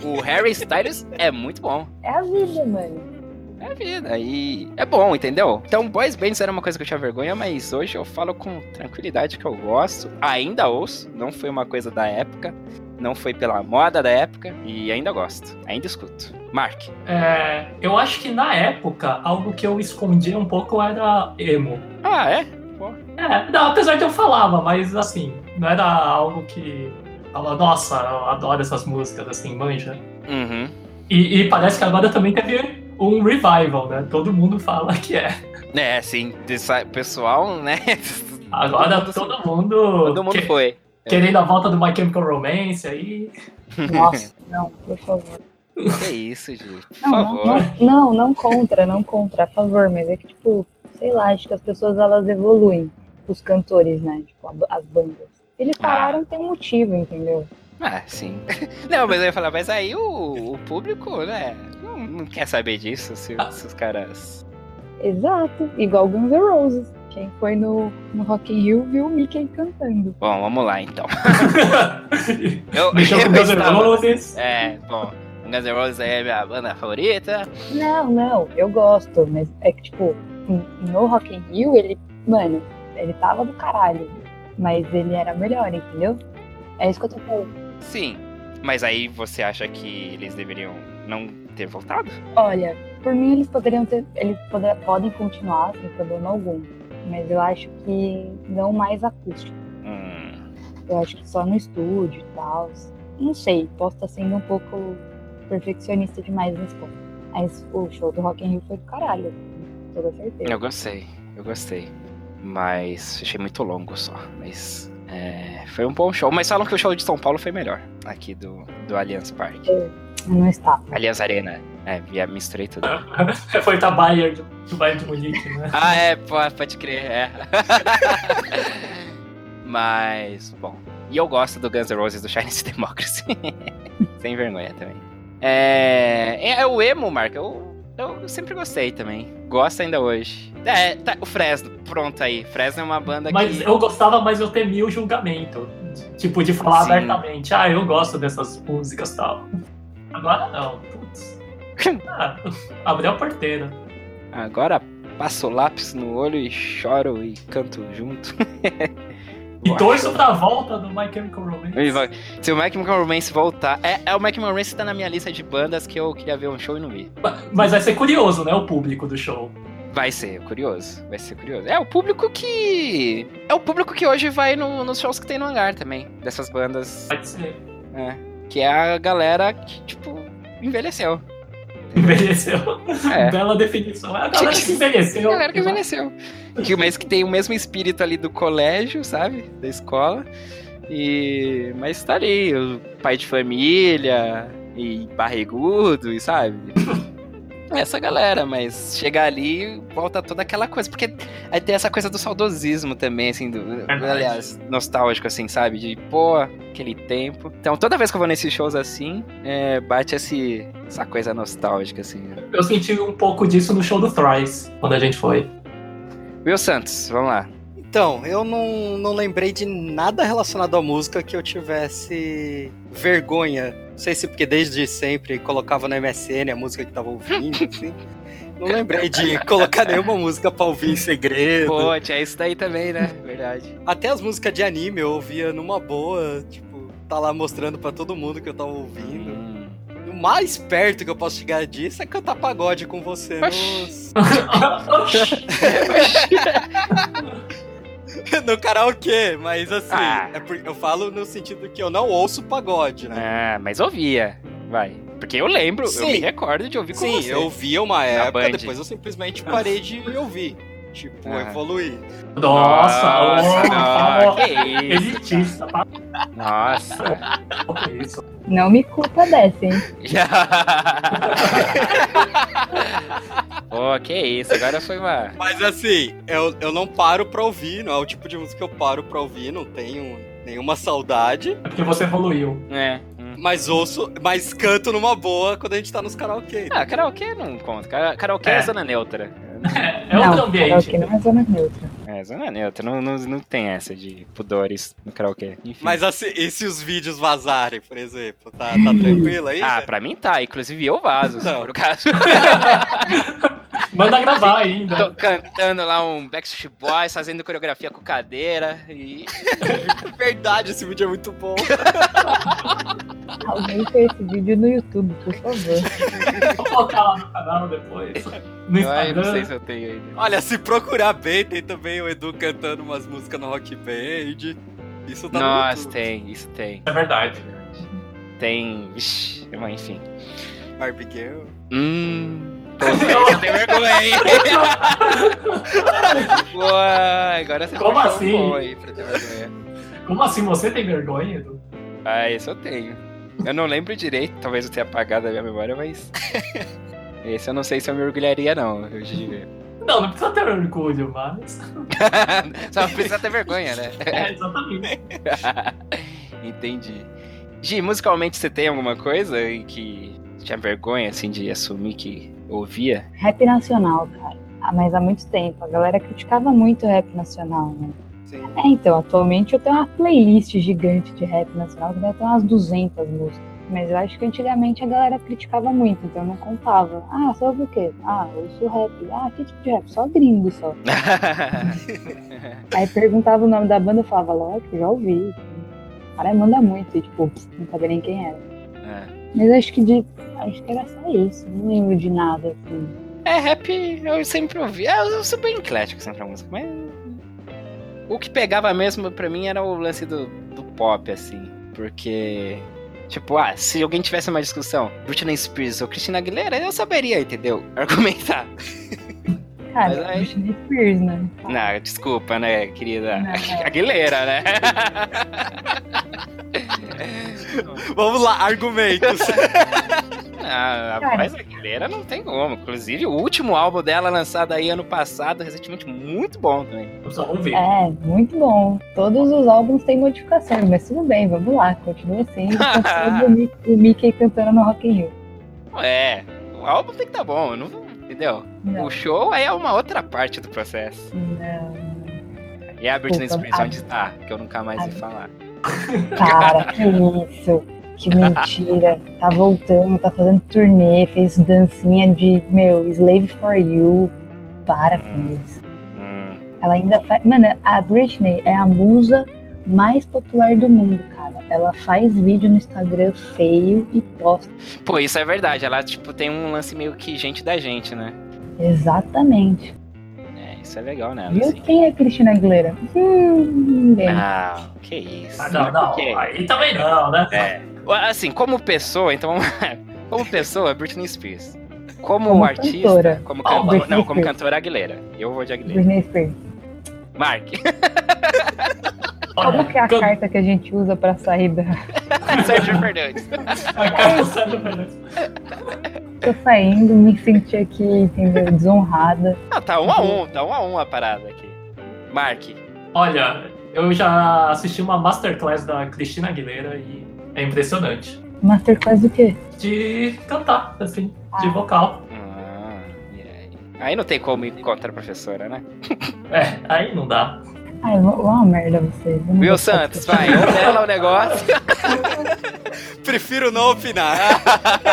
Speaker 1: O Harry Styles é muito bom.
Speaker 4: É a vida, mano.
Speaker 2: (laughs)
Speaker 1: É a vida, e é bom, entendeu? Então, boys bands era uma coisa que eu tinha vergonha, mas hoje eu falo com tranquilidade que eu gosto. Ainda ouço, não foi uma coisa da época, não foi pela moda da época, e ainda gosto, ainda escuto. Mark,
Speaker 3: É, eu acho que na época, algo que eu escondia um pouco era emo.
Speaker 1: ah, é?
Speaker 3: É, não, apesar de eu falava, mas assim, não era algo que fala, nossa, eu adoro essas músicas, assim, manja.
Speaker 1: Uhum.
Speaker 3: E, e parece que agora também teve um revival, né? Todo mundo fala que é.
Speaker 1: É, assim, dessa- pessoal, né? (laughs)
Speaker 3: Agora todo mundo,
Speaker 1: Todo mundo
Speaker 3: que-
Speaker 1: foi.
Speaker 3: (laughs) querendo a volta do My Chemical
Speaker 1: (laughs)
Speaker 3: Romance aí. (laughs)
Speaker 4: Nossa, não, por favor.
Speaker 1: Que isso, gente. Por
Speaker 4: Não, não,
Speaker 1: favor.
Speaker 4: não, não, não contra, não contra, a favor, mas é que, tipo, sei lá, acho que as pessoas elas evoluem, os cantores, né? Tipo, a ba- as bandas. Eles pararam tem um motivo, entendeu?
Speaker 1: Ah, sim. (laughs) Não, mas eu ia falar, mas aí o, o público, né, não, não quer saber disso, se,
Speaker 3: Ah.
Speaker 1: se os caras...
Speaker 4: Exato, igual Guns N' Roses. Quem foi no, no Rock in Rio viu o Mickey cantando.
Speaker 1: Bom, vamos lá, então. Eu, (laughs)
Speaker 3: Mexeu com
Speaker 1: eu
Speaker 3: Guns N'
Speaker 1: estava-
Speaker 3: Roses.
Speaker 1: É, bom, Guns N' Roses é a minha banda favorita.
Speaker 4: Não, não, eu gosto, mas é que, tipo, no Rock in Rio, ele, mano, ele tava do caralho, mas ele era melhor, entendeu? É isso que eu tô falando.
Speaker 1: Sim, mas aí você acha que eles deveriam não ter voltado?
Speaker 4: Olha, por mim eles poderiam ter, eles poder, podem continuar sem problema algum, mas eu acho que não mais acústico.
Speaker 1: Hum,
Speaker 4: Eu acho que só no estúdio e tal. Não sei, posso estar sendo um pouco perfeccionista demais nesse ponto. Mas o show do Rock in Rio foi do caralho, com toda certeza.
Speaker 1: eu gostei, eu gostei. Mas achei muito longo só. Mas é, foi um bom show. Mas falam que o show de São Paulo foi melhor, aqui do, do Allianz Parque.
Speaker 3: É.
Speaker 4: Não está.
Speaker 1: Allianz Arena. É, via misturei tudo.
Speaker 3: Foi da Bayern, do Bayern de Munique, né?
Speaker 1: Ah, é, pô, pode crer, é. Mas, bom. E eu gosto do Guns N' Roses do Chinese (laughs) Democracy. Sem vergonha também. É, é, é o emo, Marco. Eu, eu sempre gostei também. Gosto ainda hoje. É, tá, o Fresno. Pronto aí. Fresno é uma banda
Speaker 3: Mas
Speaker 1: que...
Speaker 3: eu gostava, mas eu temia o julgamento. Tipo, de falar
Speaker 1: Sim.
Speaker 3: abertamente, ah, eu gosto dessas músicas e tal. Agora não, putz. Ah, (laughs) abriu a porteira.
Speaker 1: Agora passo o lápis no olho e choro e canto junto.
Speaker 3: E
Speaker 1: Uau. (laughs)
Speaker 3: torço pra volta do My Chemical Romance.
Speaker 1: Ele vai- Se o Mike Romance voltar... É, é, o Mike Romance tá na minha lista de bandas que eu queria ver um show e não vi.
Speaker 3: Ma- Mas vai ser curioso, né? O público do show.
Speaker 1: Vai ser curioso, vai ser curioso. É o público que. É o público que hoje vai no- nos shows que tem no hangar também, dessas bandas.
Speaker 3: Vai ser.
Speaker 1: É, que é a galera que, tipo, envelheceu.
Speaker 3: Envelheceu.
Speaker 1: É.
Speaker 3: Bela definição. É a galera que envelheceu.
Speaker 1: A galera que envelheceu. Que, mas que tem o mesmo espírito ali do colégio, sabe? Da escola. E. Mas tá ali, o pai de família, e barrigudo, e sabe? Essa galera, mas chegar ali volta toda aquela coisa. Porque aí tem essa coisa do saudosismo também, assim, do,
Speaker 3: Verdade.
Speaker 1: aliás, nostálgico, assim, sabe? De, pô, aquele tempo. Então, toda vez que eu vou nesses shows assim, é, bate esse, essa coisa nostálgica, assim.
Speaker 3: Eu senti um pouco disso no show do Thrice, quando a gente
Speaker 1: (laughs)
Speaker 3: foi.
Speaker 1: Will Santos, vamos lá.
Speaker 2: Então, eu não, não lembrei de nada relacionado à música que eu tivesse vergonha. Não sei se porque desde sempre colocava no MSN a música que tava ouvindo,
Speaker 1: (laughs)
Speaker 2: assim. Não lembrei de colocar nenhuma música pra ouvir em segredo.
Speaker 1: Pô, tinha isso daí também, né? Verdade.
Speaker 2: Até as músicas de anime eu ouvia numa boa, tipo, tá lá mostrando pra todo mundo que eu tava ouvindo. O mais perto que eu posso chegar disso é cantar pagode com você
Speaker 1: Oxi.
Speaker 2: nos... (laughs) no karaokê, mas assim,
Speaker 1: Ah.
Speaker 2: é por- eu falo no sentido que eu não ouço pagode, né?
Speaker 1: Ah, mas ouvia. Vai. Porque eu lembro, eu
Speaker 2: Sim.
Speaker 1: me recordo de ouvir com
Speaker 2: Sim,
Speaker 1: você.
Speaker 2: eu ouvia uma época,
Speaker 1: Band.
Speaker 2: depois eu simplesmente parei de ouvir. Tipo,
Speaker 1: Ah.
Speaker 2: evoluir.
Speaker 3: Nossa,
Speaker 1: Nossa,
Speaker 3: nossa,
Speaker 1: não, que isso.
Speaker 3: Elitista, pá,
Speaker 1: Nossa.
Speaker 3: que isso.
Speaker 4: Não me culpa dessa, hein?
Speaker 1: Pô, que isso. Agora foi uma.
Speaker 2: Mas assim, eu, eu não paro pra ouvir, não é o tipo de música que eu paro pra ouvir, não tenho nenhuma saudade.
Speaker 3: É porque você evoluiu.
Speaker 1: É.
Speaker 2: Mas ouço, mas canto numa boa quando a gente tá nos karaokê.
Speaker 1: Ah, karaokê não conta. Kara- Karaokê é,
Speaker 3: É.
Speaker 1: zona neutra.
Speaker 3: É, é
Speaker 4: não,
Speaker 3: outro ambiente.
Speaker 4: karaokê não é zona neutra.
Speaker 1: É, zona neutra. Não, não, não tem essa de pudores no karaokê. Enfim.
Speaker 2: Mas assim, e se os vídeos vazarem, por exemplo? Tá, tá tranquilo aí?
Speaker 1: Ah, pra mim tá. Inclusive eu vaso, se
Speaker 2: Não.
Speaker 1: for o caso.
Speaker 3: Manda gravar
Speaker 1: Tô
Speaker 3: ainda.
Speaker 1: cantando lá um Backstreet Boys, fazendo coreografia com cadeira e.
Speaker 2: Verdade, esse vídeo é muito bom.
Speaker 4: Alguém fez esse vídeo no YouTube, por favor.
Speaker 3: Vou colocar lá no canal depois. No
Speaker 1: Ai, não sei
Speaker 3: Instagram.
Speaker 1: se eu tenho ainda.
Speaker 2: Olha, se procurar bem, tem também o Edu cantando umas músicas no Rock Band. Isso tá
Speaker 1: Nossa,
Speaker 2: muito
Speaker 1: tem, isso tem.
Speaker 3: É verdade.
Speaker 1: Tem. Vixi, mas enfim.
Speaker 2: Barbie Girl.
Speaker 1: Hum. Você tem vergonha, hein? Uai, agora você
Speaker 3: Como
Speaker 1: puxou um
Speaker 3: assim?
Speaker 1: bom aí pra ter vergonha.
Speaker 3: (laughs) Como assim? Você tem vergonha? Edu?
Speaker 1: Ah, esse eu tenho. Eu não lembro direito, talvez eu tenha apagado a minha memória,
Speaker 3: (laughs)
Speaker 1: mas. Esse eu não sei se eu me orgulharia, não, eu diria.
Speaker 3: Não, não precisa ter orgulho, mas. (laughs)
Speaker 1: Só precisa ter vergonha, né?
Speaker 3: É, exatamente.
Speaker 1: Entendi. Gi, musicalmente você tem alguma coisa em que tinha vergonha, assim, de assumir que ouvia? (laughs)
Speaker 4: Rap nacional, cara. Ah, mas há muito tempo. A galera criticava muito o rap nacional, né?
Speaker 2: Sim.
Speaker 4: É, então, atualmente eu tenho uma playlist gigante de rap nacional, que deve ter umas 200 músicas. Mas eu acho que antigamente a galera criticava muito, então eu não contava. Ah, você ouve o quê? Ah, eu sou rap. Ah, que tipo de rap? Só gringo, só.
Speaker 1: É.
Speaker 4: Aí perguntava o nome da banda, eu falava, lógico, já ouvi. O cara manda muito, e, tipo, não sabia nem quem era.
Speaker 1: É.
Speaker 4: Mas acho que de. Acho que era só isso. Não lembro de nada, assim.
Speaker 1: É, rap eu sempre ouvi. É, eu sou bem eclético sempre a música, mas. O que pegava mesmo pra mim era o lance do, do pop, assim. Porque. Tipo, ah, se alguém tivesse uma discussão, Britney Spears ou Christina Aguilera, eu saberia, entendeu? (laughs) Argumentar. Mas
Speaker 4: Cara,
Speaker 1: aí-
Speaker 4: Britney Spears, né?
Speaker 1: Não, desculpa, né, querida?
Speaker 4: Não. é.
Speaker 1: Aguilera, né?
Speaker 2: Vamos lá, argumentos.
Speaker 1: (laughs) Ah, a
Speaker 4: Cara.
Speaker 1: voz da Aguilera não tem como. Inclusive, o último álbum dela, lançado aí ano passado, recentemente, muito bom também.
Speaker 3: Eu preciso ouvir.
Speaker 4: É, muito bom. Todos os álbuns têm modificações, mas tudo bem, vamos lá, continua assim. Continua o Mi- o Mickey cantando no Rock in Rio.
Speaker 1: É, o álbum tem que tá bom, não, entendeu?
Speaker 4: Não,
Speaker 1: O show aí é uma outra parte do processo.
Speaker 4: não.
Speaker 1: E a Britney
Speaker 4: Desculpa,
Speaker 1: Spears,
Speaker 4: a-
Speaker 1: onde tá? Que eu nunca mais
Speaker 4: a-
Speaker 1: vi falar.
Speaker 4: Cara, que isso. Que mentira. Tá voltando, tá fazendo turnê, fez dancinha de, meu, Slave for You. Para com isso.
Speaker 1: Hum,
Speaker 4: Ela ainda faz. Mano, a Britney é a musa mais popular do mundo, cara. Ela faz vídeo no Instagram feio e posta.
Speaker 1: Pô, isso é verdade. Ela, tipo, tem um lance meio que gente da gente, né?
Speaker 4: Exatamente.
Speaker 1: É, isso é legal nela,
Speaker 4: Viu
Speaker 1: assim.
Speaker 4: quem é Cristina Aguilera? Hum, ninguém.
Speaker 1: Ah, que isso.
Speaker 3: Ah, não, não.
Speaker 1: Por quê?
Speaker 3: Aí também não, né?
Speaker 1: Assim, como pessoa, então. (laughs) como pessoa, Britney Spears. Como,
Speaker 4: Como
Speaker 1: artista,
Speaker 4: cantora.
Speaker 1: como
Speaker 3: Ah,
Speaker 1: cantora.
Speaker 4: Britney
Speaker 1: Não, como
Speaker 4: Spears.
Speaker 1: cantora Aguilera. Eu vou de Aguilera.
Speaker 4: Britney Spears.
Speaker 1: Mark. (laughs)
Speaker 3: Olha,
Speaker 4: Como que é a
Speaker 3: can-
Speaker 4: carta que a gente usa pra sair da.
Speaker 1: Sérgio Fernandes.
Speaker 3: a carta (laughs) Sérgio Fernandes.
Speaker 4: Tô saindo, me senti aqui, entendeu? Desonrada.
Speaker 1: Não, tá um a um, tá um a um a parada aqui. Mark.
Speaker 3: Olha, eu já assisti uma masterclass da Cristina Aguilera e é impressionante.
Speaker 4: Masterclass do quê?
Speaker 3: De cantar, assim, de
Speaker 4: Ah.
Speaker 3: vocal.
Speaker 1: Ah, e aí? Aí não tem como ir contra a professora, né?
Speaker 3: É, aí não dá.
Speaker 4: Ai, vou, uma merda vocês. Eu não
Speaker 1: Will
Speaker 4: gosto
Speaker 1: Santos,
Speaker 4: dessa
Speaker 1: vai,
Speaker 4: (laughs)
Speaker 1: revela o negócio.
Speaker 2: Prefiro não opinar.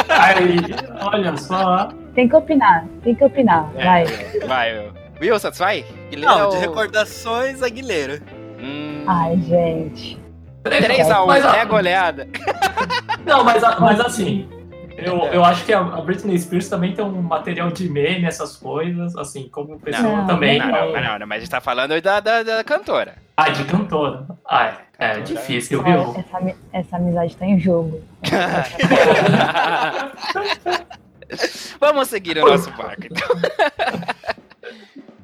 Speaker 3: Aí, olha só.
Speaker 4: pessoa. Tem que opinar, tem que opinar.
Speaker 1: É.
Speaker 4: Vai.
Speaker 1: Vai, Will. Will Santos, vai. Guilherme é
Speaker 2: Não, de
Speaker 1: o-
Speaker 2: recordações, Aguilera.
Speaker 1: Hum,
Speaker 4: Ai, gente.
Speaker 1: 3x1,
Speaker 3: Mas, ó,
Speaker 1: é goleada.
Speaker 3: Não, mas, a- mas assim, eu,
Speaker 1: É.
Speaker 3: eu acho que a, a Britney Spears também tem um material de meme, essas coisas, assim, como pessoa
Speaker 4: Não,
Speaker 3: também.
Speaker 1: Não, não, não, não, mas a gente tá falando da, da, da cantora.
Speaker 3: Ah, de cantora. Ah, é, é difícil, viu?
Speaker 4: Cara, essa, ami- essa amizade tá em
Speaker 1: (laughs)
Speaker 4: jogo.
Speaker 1: Vamos seguir o nosso barco. Então,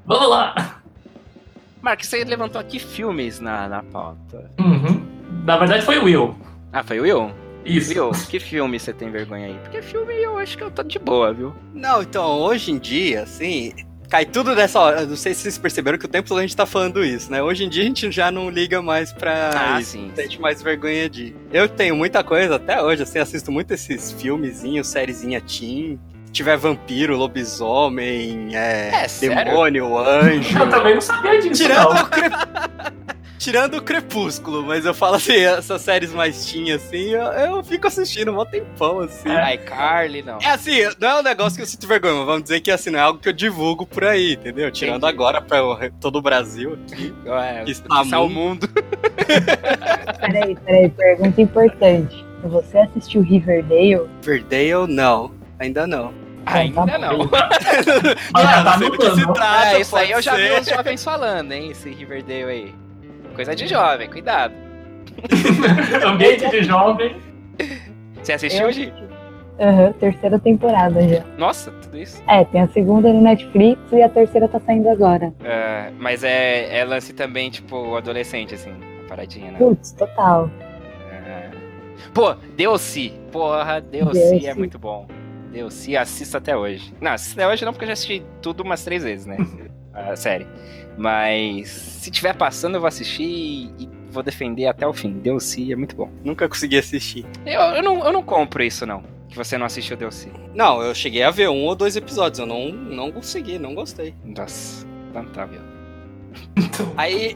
Speaker 3: Vamos lá!
Speaker 1: (laughs) Mark, você levantou aqui filmes na, na pauta.
Speaker 3: Uhum. Na verdade foi o Will.
Speaker 1: Ah, foi o Will?
Speaker 3: Isso.
Speaker 1: Will, que filme você tem vergonha aí? Porque filme eu acho que eu tô de boa, viu?
Speaker 2: Não, então, hoje em dia, assim, cai tudo nessa hora. Eu Não sei se vocês perceberam que o tempo todo a gente tá falando isso, né? Hoje em dia a gente já não liga mais pra isso.
Speaker 1: Ah, sim.
Speaker 2: Sente mais vergonha de. Eu tenho muita coisa até hoje, assim, assisto muito esses filmezinhos, sériezinha teen. Se tiver vampiro, lobisomem, é,
Speaker 1: É, sério?
Speaker 2: demônio, anjo. (laughs)
Speaker 3: Eu também não sabia disso,
Speaker 2: Tirando
Speaker 3: não.
Speaker 2: o, Crep- Tirando o Crepúsculo, mas eu falo assim, essas séries mais teen, assim, eu, eu fico assistindo um tempão, assim. É.
Speaker 1: Ai, Carly, não.
Speaker 2: assim, não é um negócio que eu sinto vergonha, mas vamos dizer que assim, não é algo que eu divulgo por aí, entendeu? Tirando
Speaker 1: Entendi.
Speaker 2: agora pra o- todo o Brasil.
Speaker 1: É,
Speaker 2: Isso tá
Speaker 1: isso é o mundo.
Speaker 2: muito-
Speaker 4: Peraí, peraí, pergunta importante. Você assistiu Riverdale?
Speaker 2: Verdale, não. Ainda não.
Speaker 1: Ainda não.
Speaker 3: Mas já tá
Speaker 2: não sei do que se
Speaker 3: mudando.
Speaker 2: trata,
Speaker 1: Ah, isso aí
Speaker 2: pode
Speaker 1: eu já vi
Speaker 2: ser.
Speaker 1: os jovens falando, hein? Esse Riverdale aí. Coisa de jovem, cuidado. tá
Speaker 3: (laughs) Ambiente de jovem.
Speaker 1: Você assistiu,
Speaker 4: Eu-
Speaker 1: Gi?
Speaker 4: Aham, terceira temporada já.
Speaker 1: Nossa, tudo isso.
Speaker 4: É, tem a segunda no Netflix e a terceira tá saindo agora.
Speaker 1: É, mas é, é lance também, tipo, adolescente, assim. a Paradinha, né?
Speaker 4: Putz, total.
Speaker 1: É. Pô, Deus-se. Porra, Deus-se é
Speaker 4: Deus-se.
Speaker 1: muito bom. Deus-se, assisto até hoje. Não, assisto até hoje não, porque eu já assisti tudo umas três vezes, né? a série. Mas se tiver passando, eu vou assistir e, e vou defender até o fim. DLC é muito bom.
Speaker 2: Nunca consegui assistir.
Speaker 1: Eu, eu não, eu não compro isso, não. Que você não assistiu DLC.
Speaker 2: Não, eu cheguei a ver um ou dois episódios. Eu não, não consegui, não gostei.
Speaker 1: Nossa, lamentável.
Speaker 3: Então,
Speaker 2: Aí,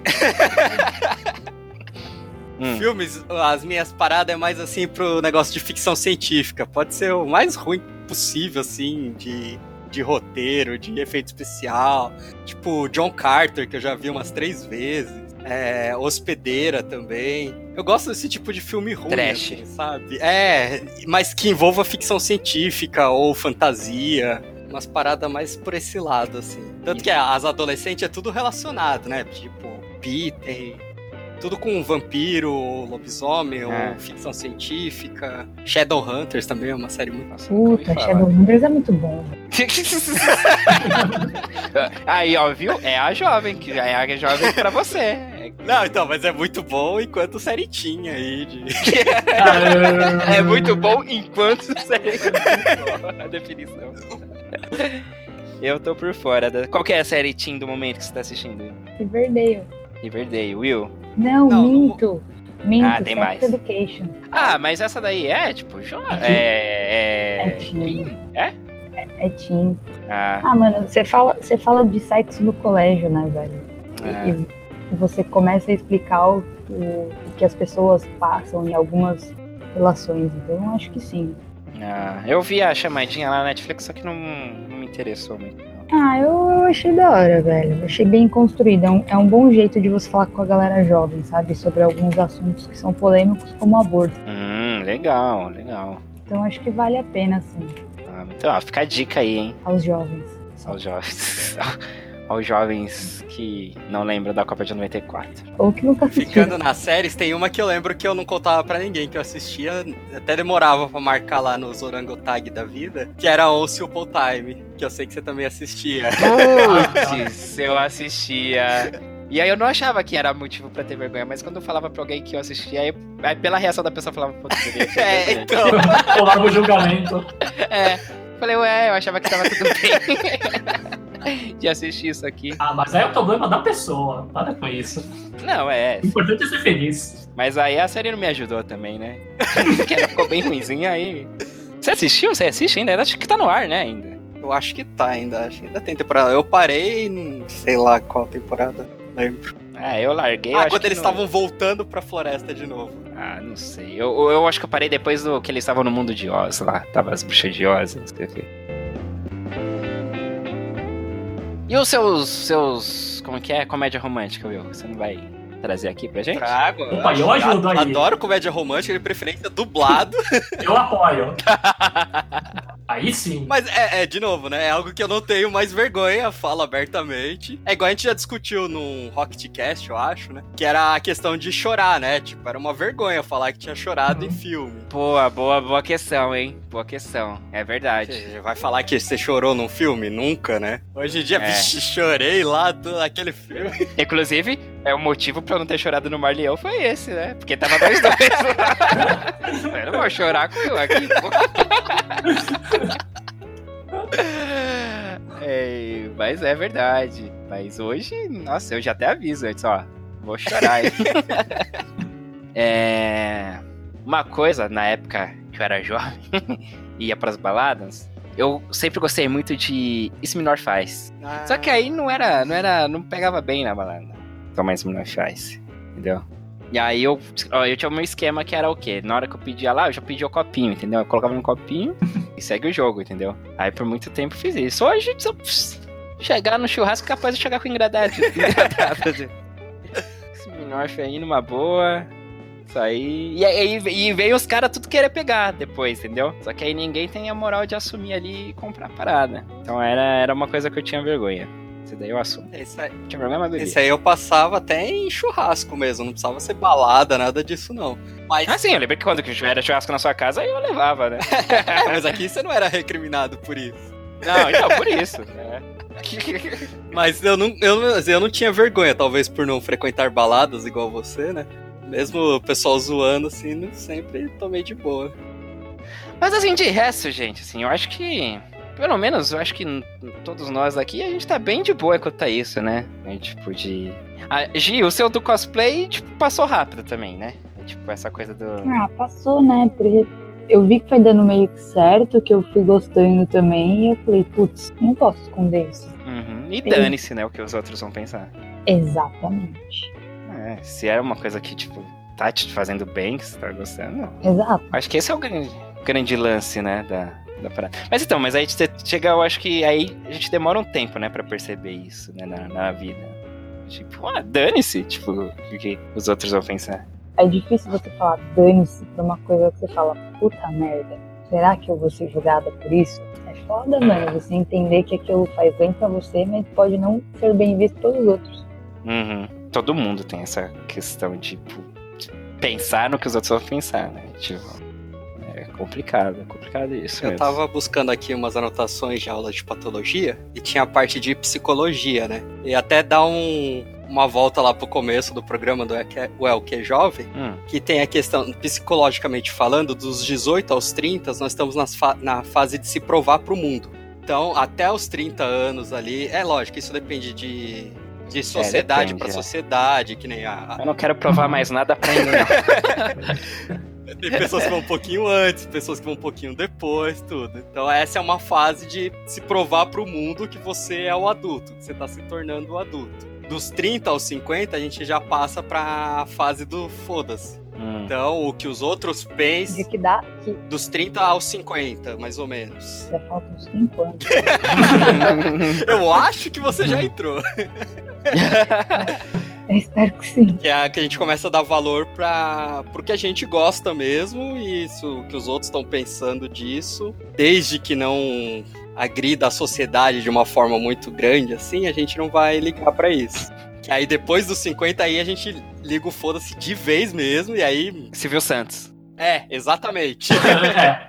Speaker 1: Hum.
Speaker 2: filmes, as minhas paradas é mais assim pro negócio de ficção científica. Pode ser o mais ruim possível, assim, de, de roteiro, de efeito especial. Tipo, John Carter, que eu já vi umas três vezes. É, Hospedeira também. Eu gosto desse tipo de filme ruim,
Speaker 1: Trash.
Speaker 2: assim, sabe? É, mas que envolva ficção científica ou fantasia. Umas paradas mais por esse lado, assim. Tanto que as adolescentes é tudo relacionado, né? Tipo, Peter, tudo com vampiro, ou lobisomem,
Speaker 1: É.
Speaker 2: ou ficção científica. Shadowhunters também é uma série muito.
Speaker 1: Nossa, nunca ouvi
Speaker 4: Puta,
Speaker 1: falar.
Speaker 4: Shadowhunters é muito bom.
Speaker 1: (laughs) Aí, ó, viu? É a jovem, que é a jovem pra você. É-
Speaker 2: Não, então, mas é muito bom enquanto série tinha aí. de- (laughs)
Speaker 1: É muito bom enquanto (laughs) série. a definição. Eu tô por fora. Da... Qual que é a série teen do momento que você tá assistindo?
Speaker 4: Riverdale.
Speaker 1: Riverdale, Will?
Speaker 4: Não,
Speaker 2: Não,
Speaker 4: minto. Minto,
Speaker 1: Ah, tem
Speaker 4: Sex
Speaker 1: mais.
Speaker 4: Education.
Speaker 1: Ah, mas essa daí é, tipo, jo... é...
Speaker 4: É
Speaker 1: é...
Speaker 4: teen.
Speaker 1: É?
Speaker 4: É teen.
Speaker 1: Ah,
Speaker 4: Ah, mano, você fala, você fala de sites no colégio, né, velho?
Speaker 1: ah.
Speaker 4: E, e você começa a explicar o, o- o que as pessoas passam em algumas relações. Então, eu acho que sim.
Speaker 1: Ah, eu vi a chamadinha lá na Netflix, só que não, não me interessou muito. não.
Speaker 4: Ah, eu, eu achei da hora, velho. Eu Achei bem construído. É um, é um bom jeito de você falar com a galera jovem, sabe? Sobre alguns assuntos que são polêmicos, como aborto.
Speaker 1: Hum, legal, legal.
Speaker 4: Então, acho que vale a pena, assim,
Speaker 1: Ah, então, ó, fica a dica aí, hein,
Speaker 4: aos jovens.
Speaker 1: aos jovens. (laughs) aos jovens que não lembram da Copa de 94.
Speaker 4: Ou que nunca assistiram.
Speaker 2: Ficando nas séries, tem uma que eu lembro que eu não contava pra ninguém, que eu assistia, até demorava pra marcar lá nos Orangotag da vida, que era o Simple Time, que eu sei que você também assistia.
Speaker 1: Putz, eu assistia. E aí eu não achava que era motivo pra ter vergonha, mas quando eu falava pra alguém que eu assistia, aí, aí pela reação da pessoa eu falava, putz, eu (laughs) devia ter
Speaker 2: É,
Speaker 1: vergonha.
Speaker 2: então.
Speaker 1: (laughs)
Speaker 3: Colava o julgamento.
Speaker 1: É. Falei, ué, eu achava que tava tudo bem. (laughs) De assistir isso aqui.
Speaker 3: Ah, mas aí é o problema da pessoa. Para com isso.
Speaker 1: Não, é.
Speaker 3: O importante é ser feliz.
Speaker 1: Mas aí a série não me ajudou também, né? (laughs) Porque ela ficou bem ruimzinha aí. Você assistiu? Você assiste ainda? Acho que tá no ar, né, ainda.
Speaker 2: Eu acho que tá ainda, acho que ainda tem temporada. Eu parei, em, sei lá qual temporada. Lembro.
Speaker 1: Ah, eu larguei. eu
Speaker 2: ah,
Speaker 1: acho
Speaker 2: quando
Speaker 1: que
Speaker 2: eles
Speaker 1: no-
Speaker 2: estavam voltando pra floresta de novo.
Speaker 1: Ah, não sei. Eu, eu acho que eu parei depois do que eles estavam no mundo de Oz lá. Tava as bruxas de Oz, não sei o quê. E os seus. seus. como que é? Comédia romântica, Will? Você não vai trazer aqui pra gente?
Speaker 2: Trago.
Speaker 3: Opa, eu ajudo aí.
Speaker 2: Adoro comédia romântica, de
Speaker 1: (laughs)
Speaker 2: preferência dublado.
Speaker 3: Eu apoio. Aí sim.
Speaker 2: Mas é, é, de novo, né? É algo que eu não tenho mais vergonha, falo abertamente. É igual a gente já discutiu num Rocketcast, eu acho, né? Que era a questão de chorar, né? Tipo, era uma vergonha falar que tinha chorado
Speaker 1: Uhum.
Speaker 2: em filme.
Speaker 1: Boa, boa, boa questão, hein? Boa questão. É verdade.
Speaker 2: Você vai falar que você chorou num filme? Nunca, né? Hoje em dia,
Speaker 1: É.
Speaker 2: vixe, chorei lá do- naquele filme.
Speaker 1: (laughs) Inclusive, é o motivo pra eu não ter chorado no Mar Leão foi esse, né? Porque tava dois dois. (laughs) eu não vou chorar com eu aqui. pô. (laughs) É, mas é verdade. Mas hoje, nossa, eu já até aviso antes, ó. Vou chorar, hein? (laughs) é, uma coisa, na época que eu era jovem, (laughs) ia pras baladas, eu sempre gostei muito de Isso Menor Faz. Só que aí não era, não era, não pegava bem na balada. Como esse menino faz, entendeu? E aí eu, ó, eu tinha o meu esquema que era o quê? Na hora que eu pedia lá, eu já pedia o copinho, entendeu? Eu colocava no copinho e segue o jogo, entendeu? Aí por muito tempo eu fiz isso. Hoje, se eu pss, chegar no churrasco, capaz de chegar com engradado. (laughs) engradado. esse minorf aí numa boa. Isso aí. E aí e veio os caras tudo querer pegar depois, entendeu? Só que aí ninguém tem a moral de assumir ali e comprar a parada. Então era, era uma coisa que eu tinha vergonha. Isso daí eu assumo.
Speaker 2: Esse Ah, é aí,
Speaker 1: Não tinha vergonha, mas bebia.
Speaker 2: esse aí eu passava até em churrasco mesmo, não precisava ser balada, nada disso não. Mas,
Speaker 1: Ah, sim, eu lembro que quando que era churrasco na sua casa, aí eu levava, né?
Speaker 2: É, mas aqui você não era recriminado por isso.
Speaker 1: Não, então, por isso. (laughs) né?
Speaker 2: Mas eu não, eu, não- eu não tinha vergonha, talvez por não frequentar baladas igual você, né? Mesmo o pessoal zoando, assim, não- sempre tomei de boa.
Speaker 1: Mas assim, de resto, gente, assim, eu acho que pelo menos, eu acho que n- todos nós aqui, a gente tá bem de boa quanto a isso, né? É, tipo, de... Ah, Gi, o seu do cosplay, tipo, passou rápido também, né? É, tipo, essa coisa do...
Speaker 4: Ah, passou, né? Porque eu vi que foi dando meio que certo, que eu fui gostando também, e eu falei, putz, não posso esconder isso.
Speaker 1: Uhum. E dane-se, né, o que os outros vão pensar.
Speaker 4: Exatamente.
Speaker 1: É, se é uma coisa que, tipo, tá te fazendo bem, que você tá gostando,
Speaker 4: Exato.
Speaker 1: Acho que esse é o grande, grande lance, né, da, da parada. Mas então, mas aí você chega, eu acho que aí a gente demora um tempo, né, pra perceber isso, né, na, na vida. Tipo, ah, dane-se, tipo, o que os outros vão pensar.
Speaker 4: É difícil você falar dane-se pra uma coisa que você fala, puta merda, será que eu vou ser julgada por isso? É foda, mano, você entender que aquilo faz bem pra você, mas pode não ser bem visto pelos outros.
Speaker 1: Uhum. Todo mundo tem essa questão, tipo, de pensar no que os outros vão pensar, né, tipo... É complicado, é complicado isso
Speaker 2: Eu
Speaker 1: mesmo.
Speaker 2: tava buscando aqui umas anotações de aula de patologia e tinha a parte de psicologia, né? E até dá um- uma volta lá pro começo do programa do É Que- o El Que é Jovem,
Speaker 1: Hum,
Speaker 2: que tem a questão, psicologicamente falando, dos 18 aos 30, nós estamos nas fa- na fase de se provar pro mundo. Então, até os 30 anos ali, é lógico, isso depende de, de sociedade
Speaker 1: depende,
Speaker 2: pra
Speaker 1: é.
Speaker 2: sociedade, que nem a,
Speaker 1: eu não quero provar mais nada pra ninguém. não.
Speaker 2: Tem pessoas que vão um pouquinho antes, pessoas que vão um pouquinho depois, tudo. Então essa é uma fase de se provar pro mundo que você é o adulto, que você tá se tornando o adulto. Dos 30 aos 50, a gente já passa pra fase do foda-se.
Speaker 1: Hum.
Speaker 2: Então, o que os outros
Speaker 4: De
Speaker 2: pensam,
Speaker 4: que dá, que
Speaker 2: dos 30 aos 50, mais ou menos.
Speaker 4: já faltam uns 5 anos.
Speaker 1: Hum.
Speaker 2: (laughs) Eu acho que você já entrou.
Speaker 4: Eu espero que sim.
Speaker 2: (laughs) Que é a que a gente começa a dar valor pra, pro que a gente gosta mesmo e isso que os outros estão pensando disso. Desde que não agrida a sociedade de uma forma muito grande, assim, a gente não vai ligar pra isso. Que aí depois dos 50 aí a gente liga o foda-se de vez mesmo e aí...
Speaker 1: Civil Santos.
Speaker 2: É, exatamente. (laughs)
Speaker 3: é,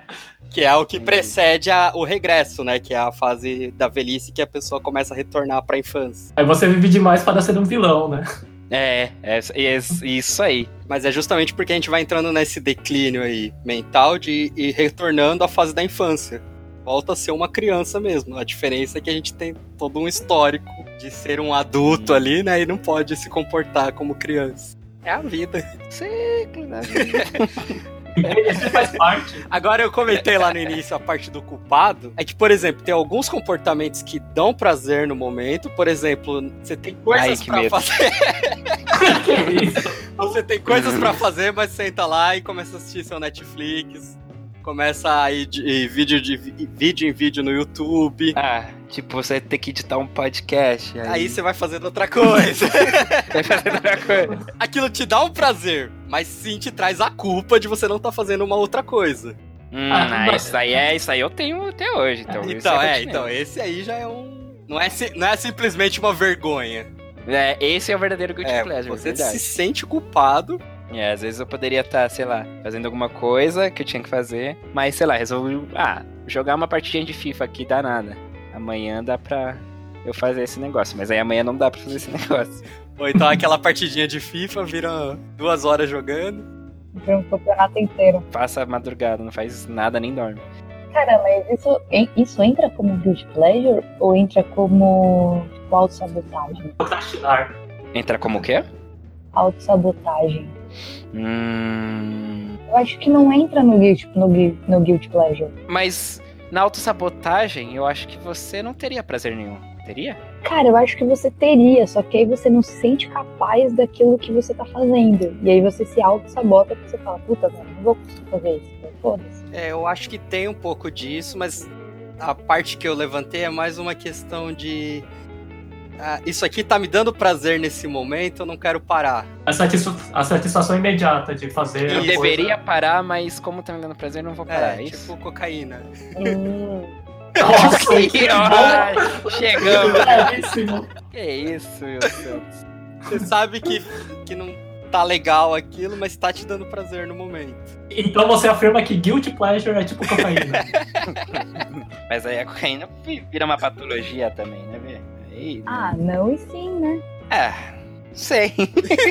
Speaker 2: que é o que precede a- o regresso, né? Que é a fase da velhice que a pessoa começa a retornar pra infância.
Speaker 3: aí é, você vive demais para ser um vilão, né?
Speaker 1: É, é, é isso aí.
Speaker 2: Mas é justamente porque a gente vai entrando nesse declínio aí mental de e retornando à fase da infância. Volta a ser uma criança mesmo. A diferença é que a gente tem todo um histórico de ser um adulto
Speaker 1: Uhum.
Speaker 2: ali, né? E não pode se comportar como criança. É a vida.
Speaker 1: Ciclo da vida.
Speaker 3: Isso faz parte.
Speaker 2: Agora eu comentei lá no início a parte do culpado. É que, por exemplo, tem alguns comportamentos que dão prazer no momento. Por exemplo, você tem coisas
Speaker 1: Ai, que
Speaker 2: pra
Speaker 1: medo.
Speaker 2: fazer.
Speaker 3: Que isso?
Speaker 2: Você tem coisas pra fazer, mas senta lá e começa a assistir seu Netflix. Começa a ir de, ir vídeo, de, vi- vídeo em vídeo no YouTube.
Speaker 1: Ah, tipo, você ter que editar um podcast.
Speaker 2: Aí você vai fazendo outra
Speaker 1: (laughs)
Speaker 2: coisa.
Speaker 1: vai
Speaker 2: (laughs)
Speaker 1: fazer outra coisa.
Speaker 2: Aquilo te dá um prazer, mas sim te traz a culpa de você não estar fazendo uma outra coisa.
Speaker 1: Hum,
Speaker 3: Ah,
Speaker 1: ah,
Speaker 3: mas-
Speaker 1: isso aí é, isso aí eu tenho até hoje. Então, isso
Speaker 2: então, é,
Speaker 1: continua.
Speaker 2: então, esse aí já é um. Não é, si- não é simplesmente uma vergonha.
Speaker 1: É, esse é o verdadeiro guilty
Speaker 2: É,
Speaker 1: pleasure,
Speaker 2: você
Speaker 1: verdade.
Speaker 2: se sente culpado.
Speaker 1: É, às vezes eu poderia estar, sei lá, fazendo alguma coisa que eu tinha que fazer, mas sei lá, resolvi, ah, jogar uma partidinha de FIFA aqui dá nada. Amanhã dá pra eu fazer esse negócio, mas aí amanhã não dá pra fazer esse (laughs) negócio.
Speaker 2: Ou então aquela partidinha de FIFA vira duas horas jogando.
Speaker 4: Foi um campeonato inteiro.
Speaker 1: Passa a madrugada, não faz nada, nem dorme.
Speaker 4: Cara, mas isso, en- isso entra como guilty pleasure ou entra como tipo, autossabotagem?
Speaker 3: Procrastinar.
Speaker 1: Entra como o quê?
Speaker 4: Autossabotagem.
Speaker 1: Hum...
Speaker 4: Eu acho que não entra no guilty, no, gui- no guilty pleasure.
Speaker 1: Mas na autossabotagem, eu acho que você não teria prazer nenhum. Teria?
Speaker 4: Cara, eu acho que você teria, só que aí você não se sente capaz daquilo que você tá fazendo. E aí você se auto-sabota porque você fala, puta, mano, não vou conseguir fazer isso. Mas
Speaker 1: (laughs)
Speaker 4: Foda-se.
Speaker 2: É, eu acho que tem um pouco disso, mas a parte que eu levantei é mais uma questão de. ah, isso aqui tá me dando prazer nesse momento, eu não quero parar.
Speaker 3: A, satisfa- a satisfação imediata de fazer.
Speaker 1: Eu
Speaker 3: a coisa.
Speaker 1: deveria parar, mas como tá me dando prazer, eu não vou parar.
Speaker 2: É,
Speaker 1: É, isso?
Speaker 2: tipo cocaína.
Speaker 4: Hum,
Speaker 3: (laughs) Nossa,
Speaker 1: Que (laughs)
Speaker 3: que
Speaker 1: hora!
Speaker 3: bom!
Speaker 1: Chegamos!
Speaker 3: Belíssimo.
Speaker 1: que isso, meu Deus.
Speaker 2: Você sabe que, que não tá legal aquilo, mas tá te dando prazer no momento. (laughs)
Speaker 3: Então você afirma que guilty pleasure é tipo cocaína.
Speaker 1: Mas aí a cocaína vi- vira uma patologia também, né, Vê? Aí,
Speaker 4: Ah, não e sim, né?
Speaker 1: Ah, sei.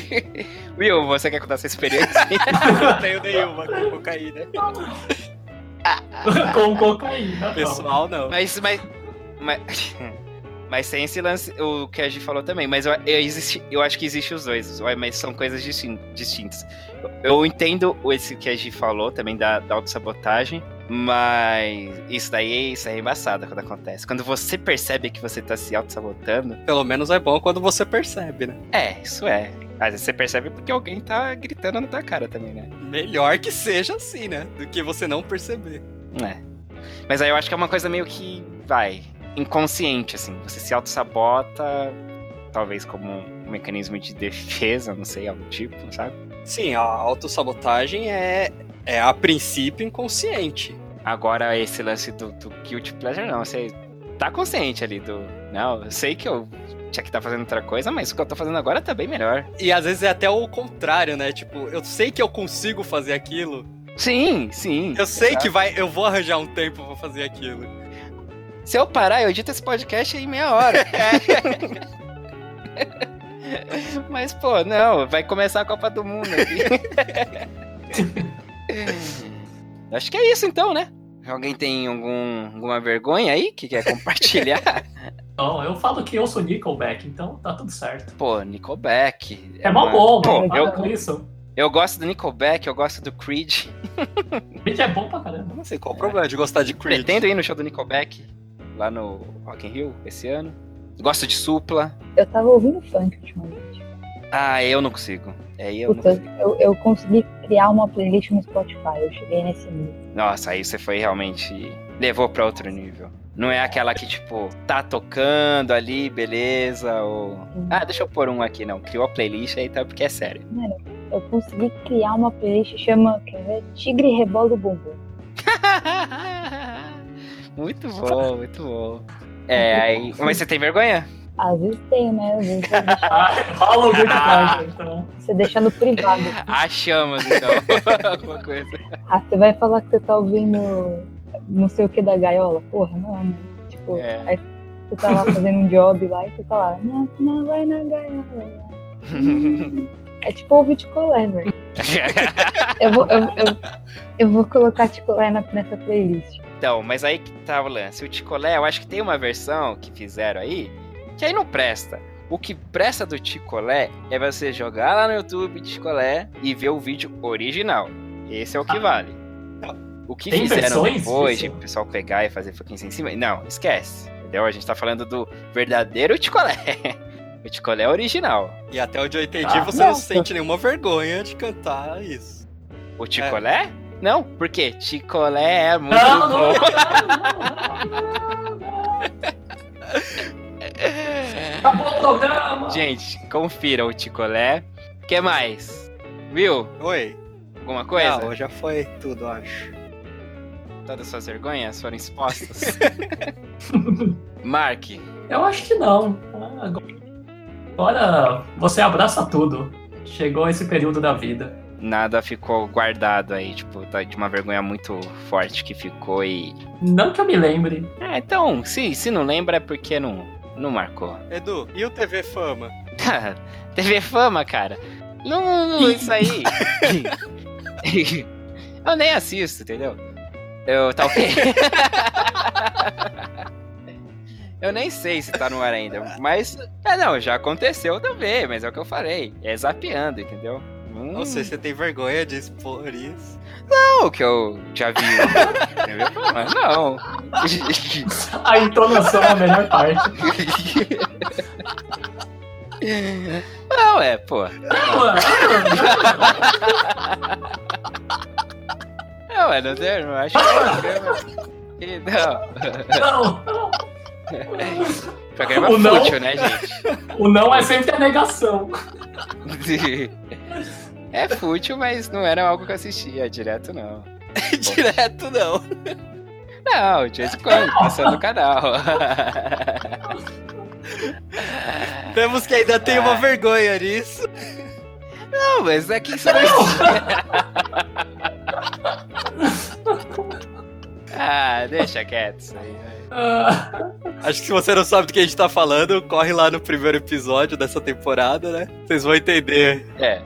Speaker 1: (laughs) Will, você quer contar sua experiência?
Speaker 2: Não tenho nenhuma com cocaína.
Speaker 3: com cocaína.
Speaker 2: Pessoal, não.
Speaker 1: Mas, mas, mas, (laughs) mas tem esse lance, o que a gente falou também, mas eu, eu, existe, eu acho que existe os dois, é, mas são coisas distin- distintas. Eu entendo esse que a gente falou também da, da autossabotagem, mas isso daí isso aí é embaçado quando acontece. Quando você percebe que você tá se autossabotando,
Speaker 2: Pelo menos é bom quando você percebe, né?
Speaker 1: é, isso é. Às vezes você percebe porque alguém tá gritando na tua cara também, né?
Speaker 2: Melhor que seja assim, né? Do que você não perceber.
Speaker 1: É. Mas aí eu acho que é uma coisa meio que, vai, inconsciente, assim. Você se auto-sabota, talvez como um mecanismo de defesa, não sei, algo do tipo, sabe?
Speaker 2: Sim, a autossabotagem é, é a princípio inconsciente.
Speaker 1: Agora, esse lance do, do guilty pleasure, não. Você tá consciente ali do... Não, eu sei que eu tinha que estar fazendo outra coisa, mas o que eu tô fazendo agora tá bem melhor.
Speaker 2: E às vezes é até o contrário, né? Tipo, eu sei que eu consigo fazer aquilo.
Speaker 1: Sim, sim.
Speaker 2: Eu sei que vai, eu vou arranjar um tempo pra fazer aquilo.
Speaker 1: Se eu parar, eu edito esse podcast em meia (laughs) hora. Mas, pô, não, vai começar a Copa do Mundo aqui. (laughs) Acho que é isso então, né? Alguém tem algum, alguma vergonha aí que quer compartilhar?
Speaker 3: Não, Então, eu falo que eu sou Nickelback, então tá tudo
Speaker 1: (laughs)
Speaker 3: certo.
Speaker 1: Pô, Nickelback.
Speaker 3: É mó
Speaker 1: uma-
Speaker 3: bom,
Speaker 1: Pô,
Speaker 3: mano.
Speaker 1: eu,
Speaker 3: Eu... isso.
Speaker 1: eu gosto do Nickelback, eu gosto do Creed.
Speaker 3: Gente, é bom pra caramba.
Speaker 1: Não sei qual
Speaker 2: Qual o problema de gostar de Creed?
Speaker 1: Pretendo ir no show do Nickelback lá no Rock in Rio esse ano. Gosto de Supla.
Speaker 4: Eu tava ouvindo funk ultimamente.
Speaker 1: Ah, eu não consigo. É, eu não
Speaker 4: Puta,
Speaker 1: consigo.
Speaker 4: eu, eu consegui criar uma playlist no Spotify. Eu cheguei nesse nível.
Speaker 1: Nossa, aí você foi realmente. Levou pra outro nível. Não é aquela que, tipo, tá tocando ali, beleza, ou. Ah, deixa eu pôr um aqui, não. Criou a playlist aí, tá? Porque é sério. (laughs)
Speaker 4: Eu consegui criar uma playlist que chama quer ver? Tigre Rebola o Bumbum.
Speaker 1: muito bom, muito bom. É, aí. Mas você tem vergonha?
Speaker 4: Às vezes tem, né? Às vezes eu deixo-
Speaker 3: Ah, rola o Good
Speaker 1: Ah.
Speaker 3: Pleasure, então.
Speaker 4: você deixa no privado.
Speaker 1: Achamos, então. (laughs) Alguma coisa.
Speaker 4: Ah, você vai falar que você tá ouvindo não sei o que da gaiola? Porra, não, né? Tipo,
Speaker 1: É.
Speaker 4: aí você tá lá fazendo um job lá e você tá lá, não, não vai na gaiola. É tipo ouvir de colé, velho. Eu vou, eu, eu, eu vou colocar Ticolé na, nessa playlist.
Speaker 1: Então, mas aí que tá o lance. O Ticolé, eu acho que tem uma versão que fizeram aí, que aí não presta. O que presta do Ticolé é você jogar lá no YouTube Ticolé e ver o vídeo original. Esse é o que vale. O que
Speaker 3: Ah. Tem
Speaker 1: fizeram
Speaker 3: versões
Speaker 1: depois, de
Speaker 3: disso?
Speaker 1: o pessoal pegar e fazer fucking em cima. Não, esquece. Entendeu? A gente tá falando do verdadeiro Ticolé. (laughs) o Ticolé é original.
Speaker 2: E até onde eu entendi,
Speaker 3: Ah,
Speaker 2: você não
Speaker 4: nossa.
Speaker 2: sente nenhuma vergonha de cantar isso.
Speaker 1: O Ticolé? Não, por quê? Ticolé é muito
Speaker 3: É. Não, não,
Speaker 1: bom.
Speaker 3: não, não, não, não. Acabou o programa.
Speaker 1: Gente, confira o Ticolé. O que mais? Viu?
Speaker 2: Oi.
Speaker 1: Alguma coisa?
Speaker 2: Não, já foi tudo, eu acho.
Speaker 1: Todas as suas vergonhas foram expostas? Mark,
Speaker 3: Eu acho que não. Ah, Agora você abraça tudo. Chegou esse período da vida.
Speaker 1: nada ficou guardado aí, tipo, tá de uma vergonha muito forte que ficou e...
Speaker 3: Não que eu me lembre.
Speaker 1: Ah, então, se, se não lembra é porque não, não marcou.
Speaker 2: Edu, e o TV Fama?
Speaker 1: TV Fama, cara. Não, não, isso (laughs) aí... Eu nem assisto, entendeu? Eu tá talvez. (laughs) eu nem sei se tá no ar ainda, mas. É, não, já aconteceu também, mas é o que eu falei. É zapeando, entendeu? Hum,
Speaker 2: Não sei se você tem vergonha de expor isso.
Speaker 1: não, é que eu já vi. entendeu? Mas não. (laughs)
Speaker 3: A entonação é a melhor parte.
Speaker 1: não, é, pô. Não, é, não tem, não acho que é um programa.
Speaker 3: Não,
Speaker 1: Não, programa
Speaker 3: O não.
Speaker 1: fútil, né, gente?
Speaker 3: o não é sempre a negação.
Speaker 1: (laughs) É fútil, mas não era algo que eu assistia direto, não.
Speaker 2: Direto não.
Speaker 1: Não, de vez em quando, passando o canal.
Speaker 2: Temos que ainda tem uma vergonha nisso.
Speaker 1: Não, mas é que isso não existe. (laughs) Ah, deixa quieto isso aí.
Speaker 3: Ah,
Speaker 2: Acho que se você não sabe do que a gente tá falando, corre lá no primeiro episódio dessa temporada, né? Vocês vão entender
Speaker 1: É.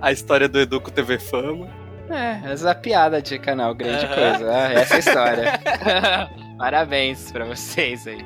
Speaker 2: a história do Edu com o TV Fama.
Speaker 1: É, essa piada de canal, grande
Speaker 2: Aham.
Speaker 1: coisa. Ah, essa é a história. (laughs) Parabéns pra vocês aí.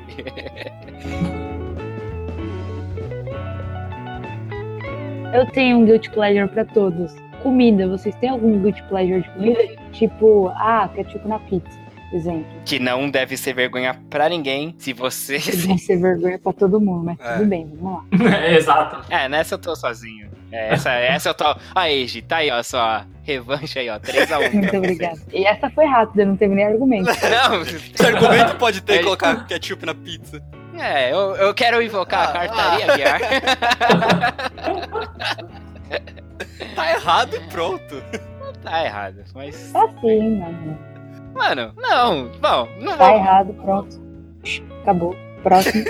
Speaker 4: Eu tenho um guilty pleasure pra todos. Comida, vocês têm algum guilty pleasure de comida? tipo, ah, ketchup na pizza, por exemplo.
Speaker 1: Que não deve ser vergonha pra ninguém se você.
Speaker 4: (laughs) Eles vão ser vergonha pra todo mundo, mas
Speaker 2: É.
Speaker 4: tudo bem, vamos lá.
Speaker 3: Exato.
Speaker 1: É, nessa eu tô sozinho. É, essa, essa eu tô. Aí, Gi, tá aí, ó, só. Revanche aí, ó. 3x1. (laughs)
Speaker 4: Muito obrigada. E essa foi rápida, não teve nem argumento.
Speaker 2: Esse
Speaker 1: Não,
Speaker 2: argumento pode ter
Speaker 1: É.
Speaker 2: que colocar ketchup na pizza.
Speaker 1: é, eu, eu quero invocar a
Speaker 2: Ah,
Speaker 1: cartaria, Guiar.
Speaker 2: Tá errado e pronto.
Speaker 1: (laughs) Tá errado, mas.
Speaker 4: Tá sim, mano.
Speaker 1: Mano, não. Bom, não.
Speaker 4: Tá errado, pronto. Acabou. Próximo.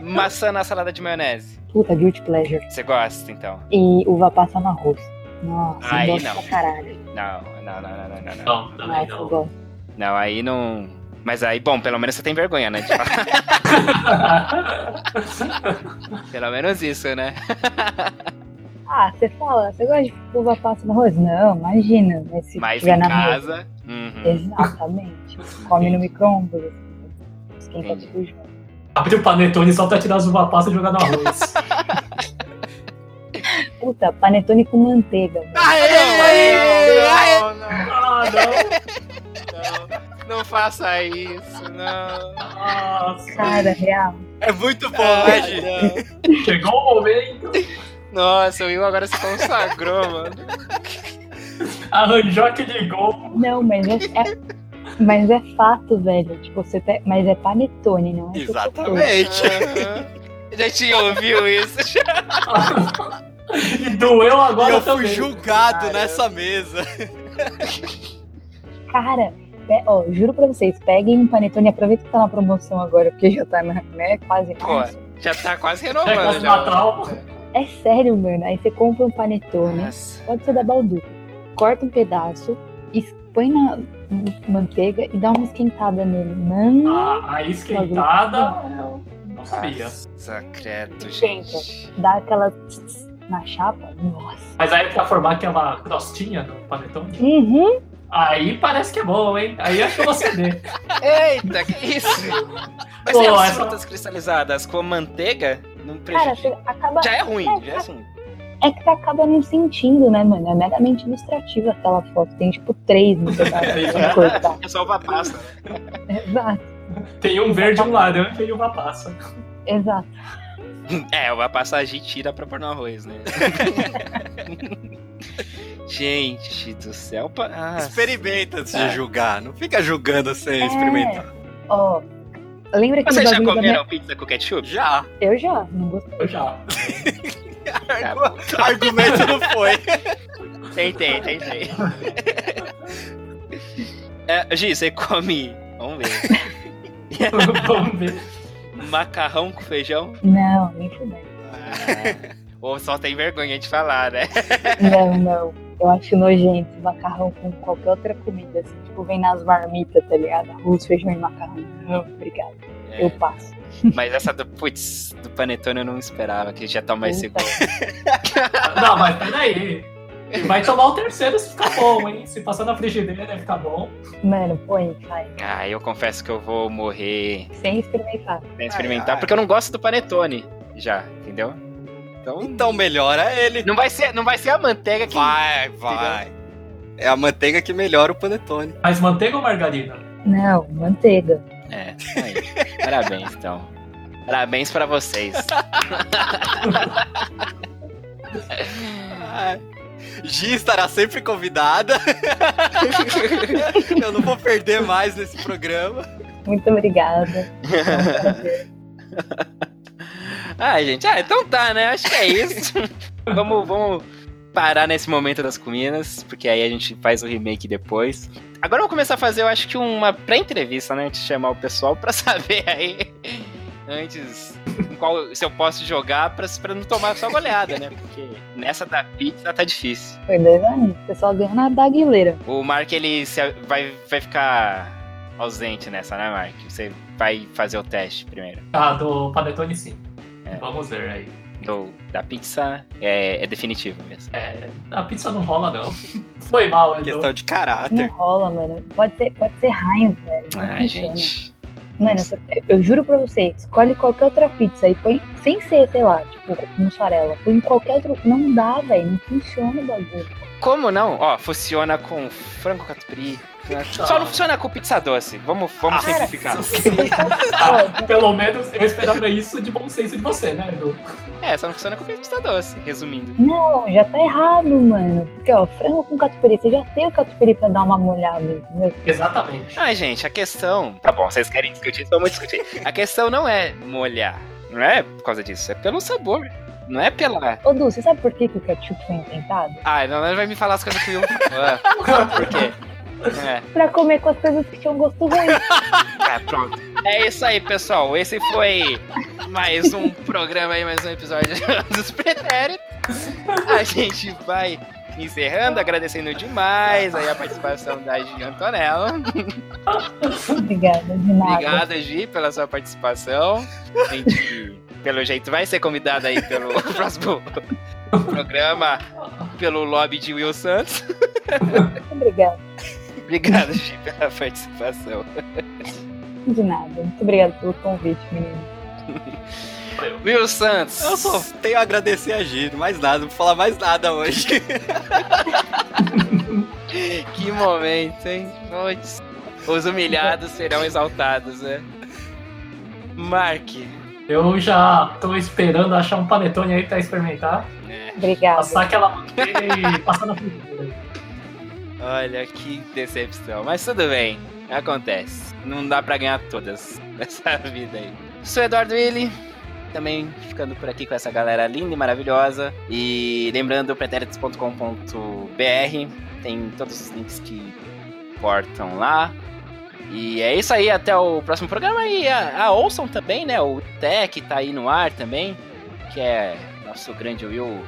Speaker 1: Maçã na salada de maionese.
Speaker 4: Puta, guilty pleasure.
Speaker 1: Você gosta, então?
Speaker 4: e uva passa no arroz. Nossa,
Speaker 1: Aí
Speaker 4: eu gosto
Speaker 1: não.
Speaker 4: pra caralho.
Speaker 1: Não, não, não, não, não, não. não.
Speaker 3: Não, também
Speaker 4: Mas eu
Speaker 3: não.
Speaker 4: gosto.
Speaker 1: Não, aí não. Mas aí, bom, pelo menos você tem vergonha, né? de
Speaker 4: (laughs)
Speaker 1: falar. pelo menos isso, né?
Speaker 4: Ah, você fala, você gosta de uva passa no arroz? Não, imagina. Mas se
Speaker 1: Mas
Speaker 4: tiver
Speaker 1: em
Speaker 4: na
Speaker 1: casa. uhum.
Speaker 4: mesa.
Speaker 1: (laughs)
Speaker 4: Exatamente. Come no micro-ondas. assim, Esquenta
Speaker 1: Entendi.
Speaker 4: tudo junto.
Speaker 3: Abre o panetone só pra tirar as uva passa e jogar no arroz.
Speaker 4: Puta, panetone com manteiga.
Speaker 1: Aê! Não, não,
Speaker 3: ah, não.
Speaker 1: não, não faça isso, não.
Speaker 3: Nossa.
Speaker 4: Cara, real.
Speaker 2: É muito bom,
Speaker 1: Ai,
Speaker 2: né, Gi?
Speaker 1: não.
Speaker 3: Chegou o momento.
Speaker 1: Nossa, o Will agora se consagrou, mano.
Speaker 3: Arranjou aquele gol.
Speaker 4: Não, mas é, é- mas é fato, velho. Tipo, você pe- mas é panetone, não é? chocolate.
Speaker 2: Exatamente.
Speaker 1: Aham. Já te ouviu isso? tipo,
Speaker 3: E doeu
Speaker 2: E
Speaker 3: agora
Speaker 2: eu fui
Speaker 3: também.
Speaker 2: julgado
Speaker 1: Caramba.
Speaker 2: nessa mesa.
Speaker 4: Cara, pe- ó, juro pra vocês, peguem um panetone, aproveita que tá na promoção agora, porque já tá na, né, quase
Speaker 1: Pô,
Speaker 4: março.
Speaker 1: Já tá quase
Speaker 3: É
Speaker 1: renovando.
Speaker 3: quase
Speaker 1: Já.
Speaker 3: Natal.
Speaker 4: É sério, mano. Aí você compra um panetone,
Speaker 1: Nossa.
Speaker 4: pode ser da Balduco. Corta um pedaço, es- põe na manteiga e dá uma esquentada nele. Mano,
Speaker 3: A, a esquentada. eu Não sabia.
Speaker 1: Nossa, credo,
Speaker 4: Gente.
Speaker 1: gente.
Speaker 4: dá aquela tss, tss na chapa. Nossa.
Speaker 3: Mas aí pra formar aquela crostinha do panetone,
Speaker 4: Uhum.
Speaker 3: aí parece que é bom, hein? Aí acho que eu vou ceder.
Speaker 1: Eita, que isso? Mas e
Speaker 3: Pô,
Speaker 1: as
Speaker 3: essa-
Speaker 1: frutas cristalizadas com a manteiga? Não
Speaker 4: Cara,
Speaker 1: prejudica.
Speaker 4: você acaba.
Speaker 1: Já é ruim, já é ruim.
Speaker 4: É que você acaba não sentindo, né, mano? É meramente ilustrativa aquela foto. Tem tipo três no pedaço. pra cortar.
Speaker 1: É só uva passa.
Speaker 4: Exato,
Speaker 3: Tem um verde, um laranja e uma passa.
Speaker 4: exato.
Speaker 1: É, uva passa a gente tira pra pôr no arroz, né? gente do céu. pa- Ah,
Speaker 2: Experimenta antes
Speaker 1: É.
Speaker 2: de julgar. Não fica julgando sem experimentar.
Speaker 4: É. Ó. Lembra que
Speaker 1: vocês já
Speaker 4: da minha...
Speaker 1: comeram pizza com ketchup?
Speaker 2: Já.
Speaker 4: Eu já, não gostei.
Speaker 3: Eu já. (laughs)
Speaker 1: É.
Speaker 2: Argumento não foi.
Speaker 1: Tentei, tentei. (laughs) é, Gi, você come. Vamos ver.
Speaker 3: Vamos ver.
Speaker 1: Macarrão com feijão? Ah,
Speaker 4: Não, nem fudeu.
Speaker 1: Ou só tem vergonha de falar, né? (laughs)
Speaker 4: Não, não. Eu acho nojento macarrão com qualquer outra comida, assim. Tipo, vem nas marmitas, tá ligado? Arroz, feijão e macarrão. Não, obrigada.
Speaker 1: É,
Speaker 4: Eu passo.
Speaker 1: Mas essa do putz, do panetone eu não esperava, que já tá mais
Speaker 4: Puta.
Speaker 1: seguro.
Speaker 3: Não, mas peraí. Vai tomar o terceiro se ficar bom, hein? Se passar na frigideira deve ficar bom.
Speaker 4: Então, Mano, põe, sai.
Speaker 1: Ah, eu confesso que eu vou morrer
Speaker 4: Sem experimentar.
Speaker 1: sem experimentar,
Speaker 2: ai.
Speaker 1: porque eu não gosto do panetone já, entendeu? Então.
Speaker 2: Então melhora ele.
Speaker 1: Não vai ser, não vai ser a manteiga que.
Speaker 2: Vai, vai. É a manteiga que melhora o panetone.
Speaker 3: Mas manteiga ou margarina?
Speaker 4: Não, manteiga.
Speaker 1: É, aí. Parabéns, então. Parabéns pra vocês.
Speaker 2: Ai. Gi estará sempre convidada. Eu não vou perder mais nesse programa.
Speaker 4: Muito
Speaker 1: (laughs)
Speaker 4: obrigada.
Speaker 1: ah, gente, ah, então tá, né? Acho que é isso. vamos, vamos parar nesse momento das comidas, porque aí a gente faz o remake depois. Agora eu vou começar a fazer, eu acho que uma pré-entrevista, né? De chamar o pessoal pra (laughs) saber aí. Antes, em qual, se eu posso jogar pra, pra não tomar só goleada, né? Porque nessa da pizza tá difícil.
Speaker 4: Foi dois anos. O pessoal ganhou na da Aguilera.
Speaker 1: O Mark, ele se- vai, vai ficar ausente nessa, né, Mark? Você vai fazer o teste primeiro.
Speaker 3: Ah, do panetone sim.
Speaker 1: É.
Speaker 3: Vamos ver aí.
Speaker 1: do, da pizza é, é definitivo mesmo.
Speaker 3: É, a pizza não rola, não. Foi mal, Edu.
Speaker 2: Questão de
Speaker 4: Não
Speaker 2: caráter.
Speaker 4: rola, mano. Pode ser, pode ser Heinz, velho. Não
Speaker 1: Ah,
Speaker 4: funciona.
Speaker 1: gente.
Speaker 4: Mano, essa- eu juro pra você, escolhe qualquer outra pizza e põe sem ser, sei lá, tipo, mussarela. Põe em qualquer outro. Não dá, velho. Não funciona o bagulho.
Speaker 1: Como não? Ó, funciona com frango catupiry. funciona-
Speaker 3: Tá.
Speaker 1: Só
Speaker 3: Ah.
Speaker 1: não funciona com pizza doce. Vamos, vamos
Speaker 2: Ah,
Speaker 1: simplificar.
Speaker 4: tá Ó,
Speaker 3: Ah, Pelo menos eu esperava isso de bom senso de você, né, Edu?
Speaker 1: É, só não funciona com pizza doce, resumindo.
Speaker 4: Não, já tá errado, mano. Porque, ó, frango com catupiry, você já tem o catupiry pra dar uma molhada, entendeu?
Speaker 3: Exatamente.
Speaker 1: Ah, gente, a questão. Tá bom, vocês querem discutir, vamos discutir. A questão não é molhar. Não é por causa disso, é pelo sabor. Não é pela.
Speaker 4: Ô, Du, você sabe por que, que o ketchup foi inventado?
Speaker 1: Ah, não, não vai me falar as coisas que eu. Ah, por quê? É.
Speaker 4: Pra comer com as coisas que tinham gosto ruim.
Speaker 1: Ah, pronto. É isso aí, pessoal. Esse foi mais um programa aí, mais um episódio (laughs) dos Pretéritos. A gente vai encerrando, agradecendo demais aí a participação da Gi Antonella.
Speaker 4: Obrigada, de nada.
Speaker 1: Obrigado, Gi, pela sua participação. A gente, pelo jeito, vai ser convidada aí pelo (laughs) próximo programa, pelo lobby de Will Santos.
Speaker 4: Obrigada.
Speaker 1: Obrigado, Gi, pela participação.
Speaker 4: De nada. Muito obrigada pelo convite, menino.
Speaker 1: Will Santos.
Speaker 2: Eu só tenho a agradecer a Gino, mais nada, não vou falar mais nada hoje.
Speaker 1: Que momento, hein? Noites. Os humilhados serão exaltados, né? Mark.
Speaker 3: Eu já tô esperando achar um panetone aí pra experimentar.
Speaker 4: Obrigada.
Speaker 3: Passar aquela manteiga e passar na frigideira.
Speaker 1: Olha que decepção. Mas tudo bem. Acontece. Não dá pra ganhar todas (laughs) nessa vida aí. Sou Eduardo Willi. Também ficando por aqui com essa galera linda e maravilhosa. E lembrando, pretéritos.com.br tem todos os links que portam lá. E é isso aí, até o próximo programa. E a, a ouçam também, né? O Tech tá aí no ar também, que é nosso grande Will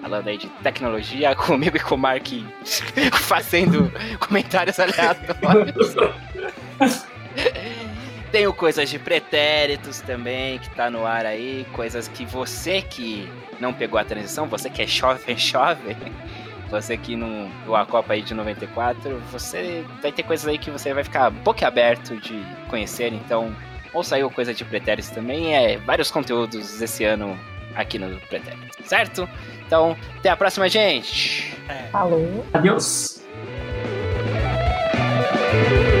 Speaker 1: falando aí de tecnologia, (laughs) comigo e com o Mark (laughs) fazendo comentários aleatórios. Tem o Coisas de Pretéritos também, que tá no ar aí. Coisas que você que não pegou a transição, você que é jovem, (laughs) jovem, você que não viu a Copa aí de 94, você vai ter coisas aí que você vai ficar boquiaberto de conhecer, então ou saiu Coisa de Pretéritos também, é vários conteúdos esse ano aqui no Pretéritos, certo? Então, até a próxima, gente!
Speaker 4: Falou.
Speaker 3: Adeus.
Speaker 4: Thank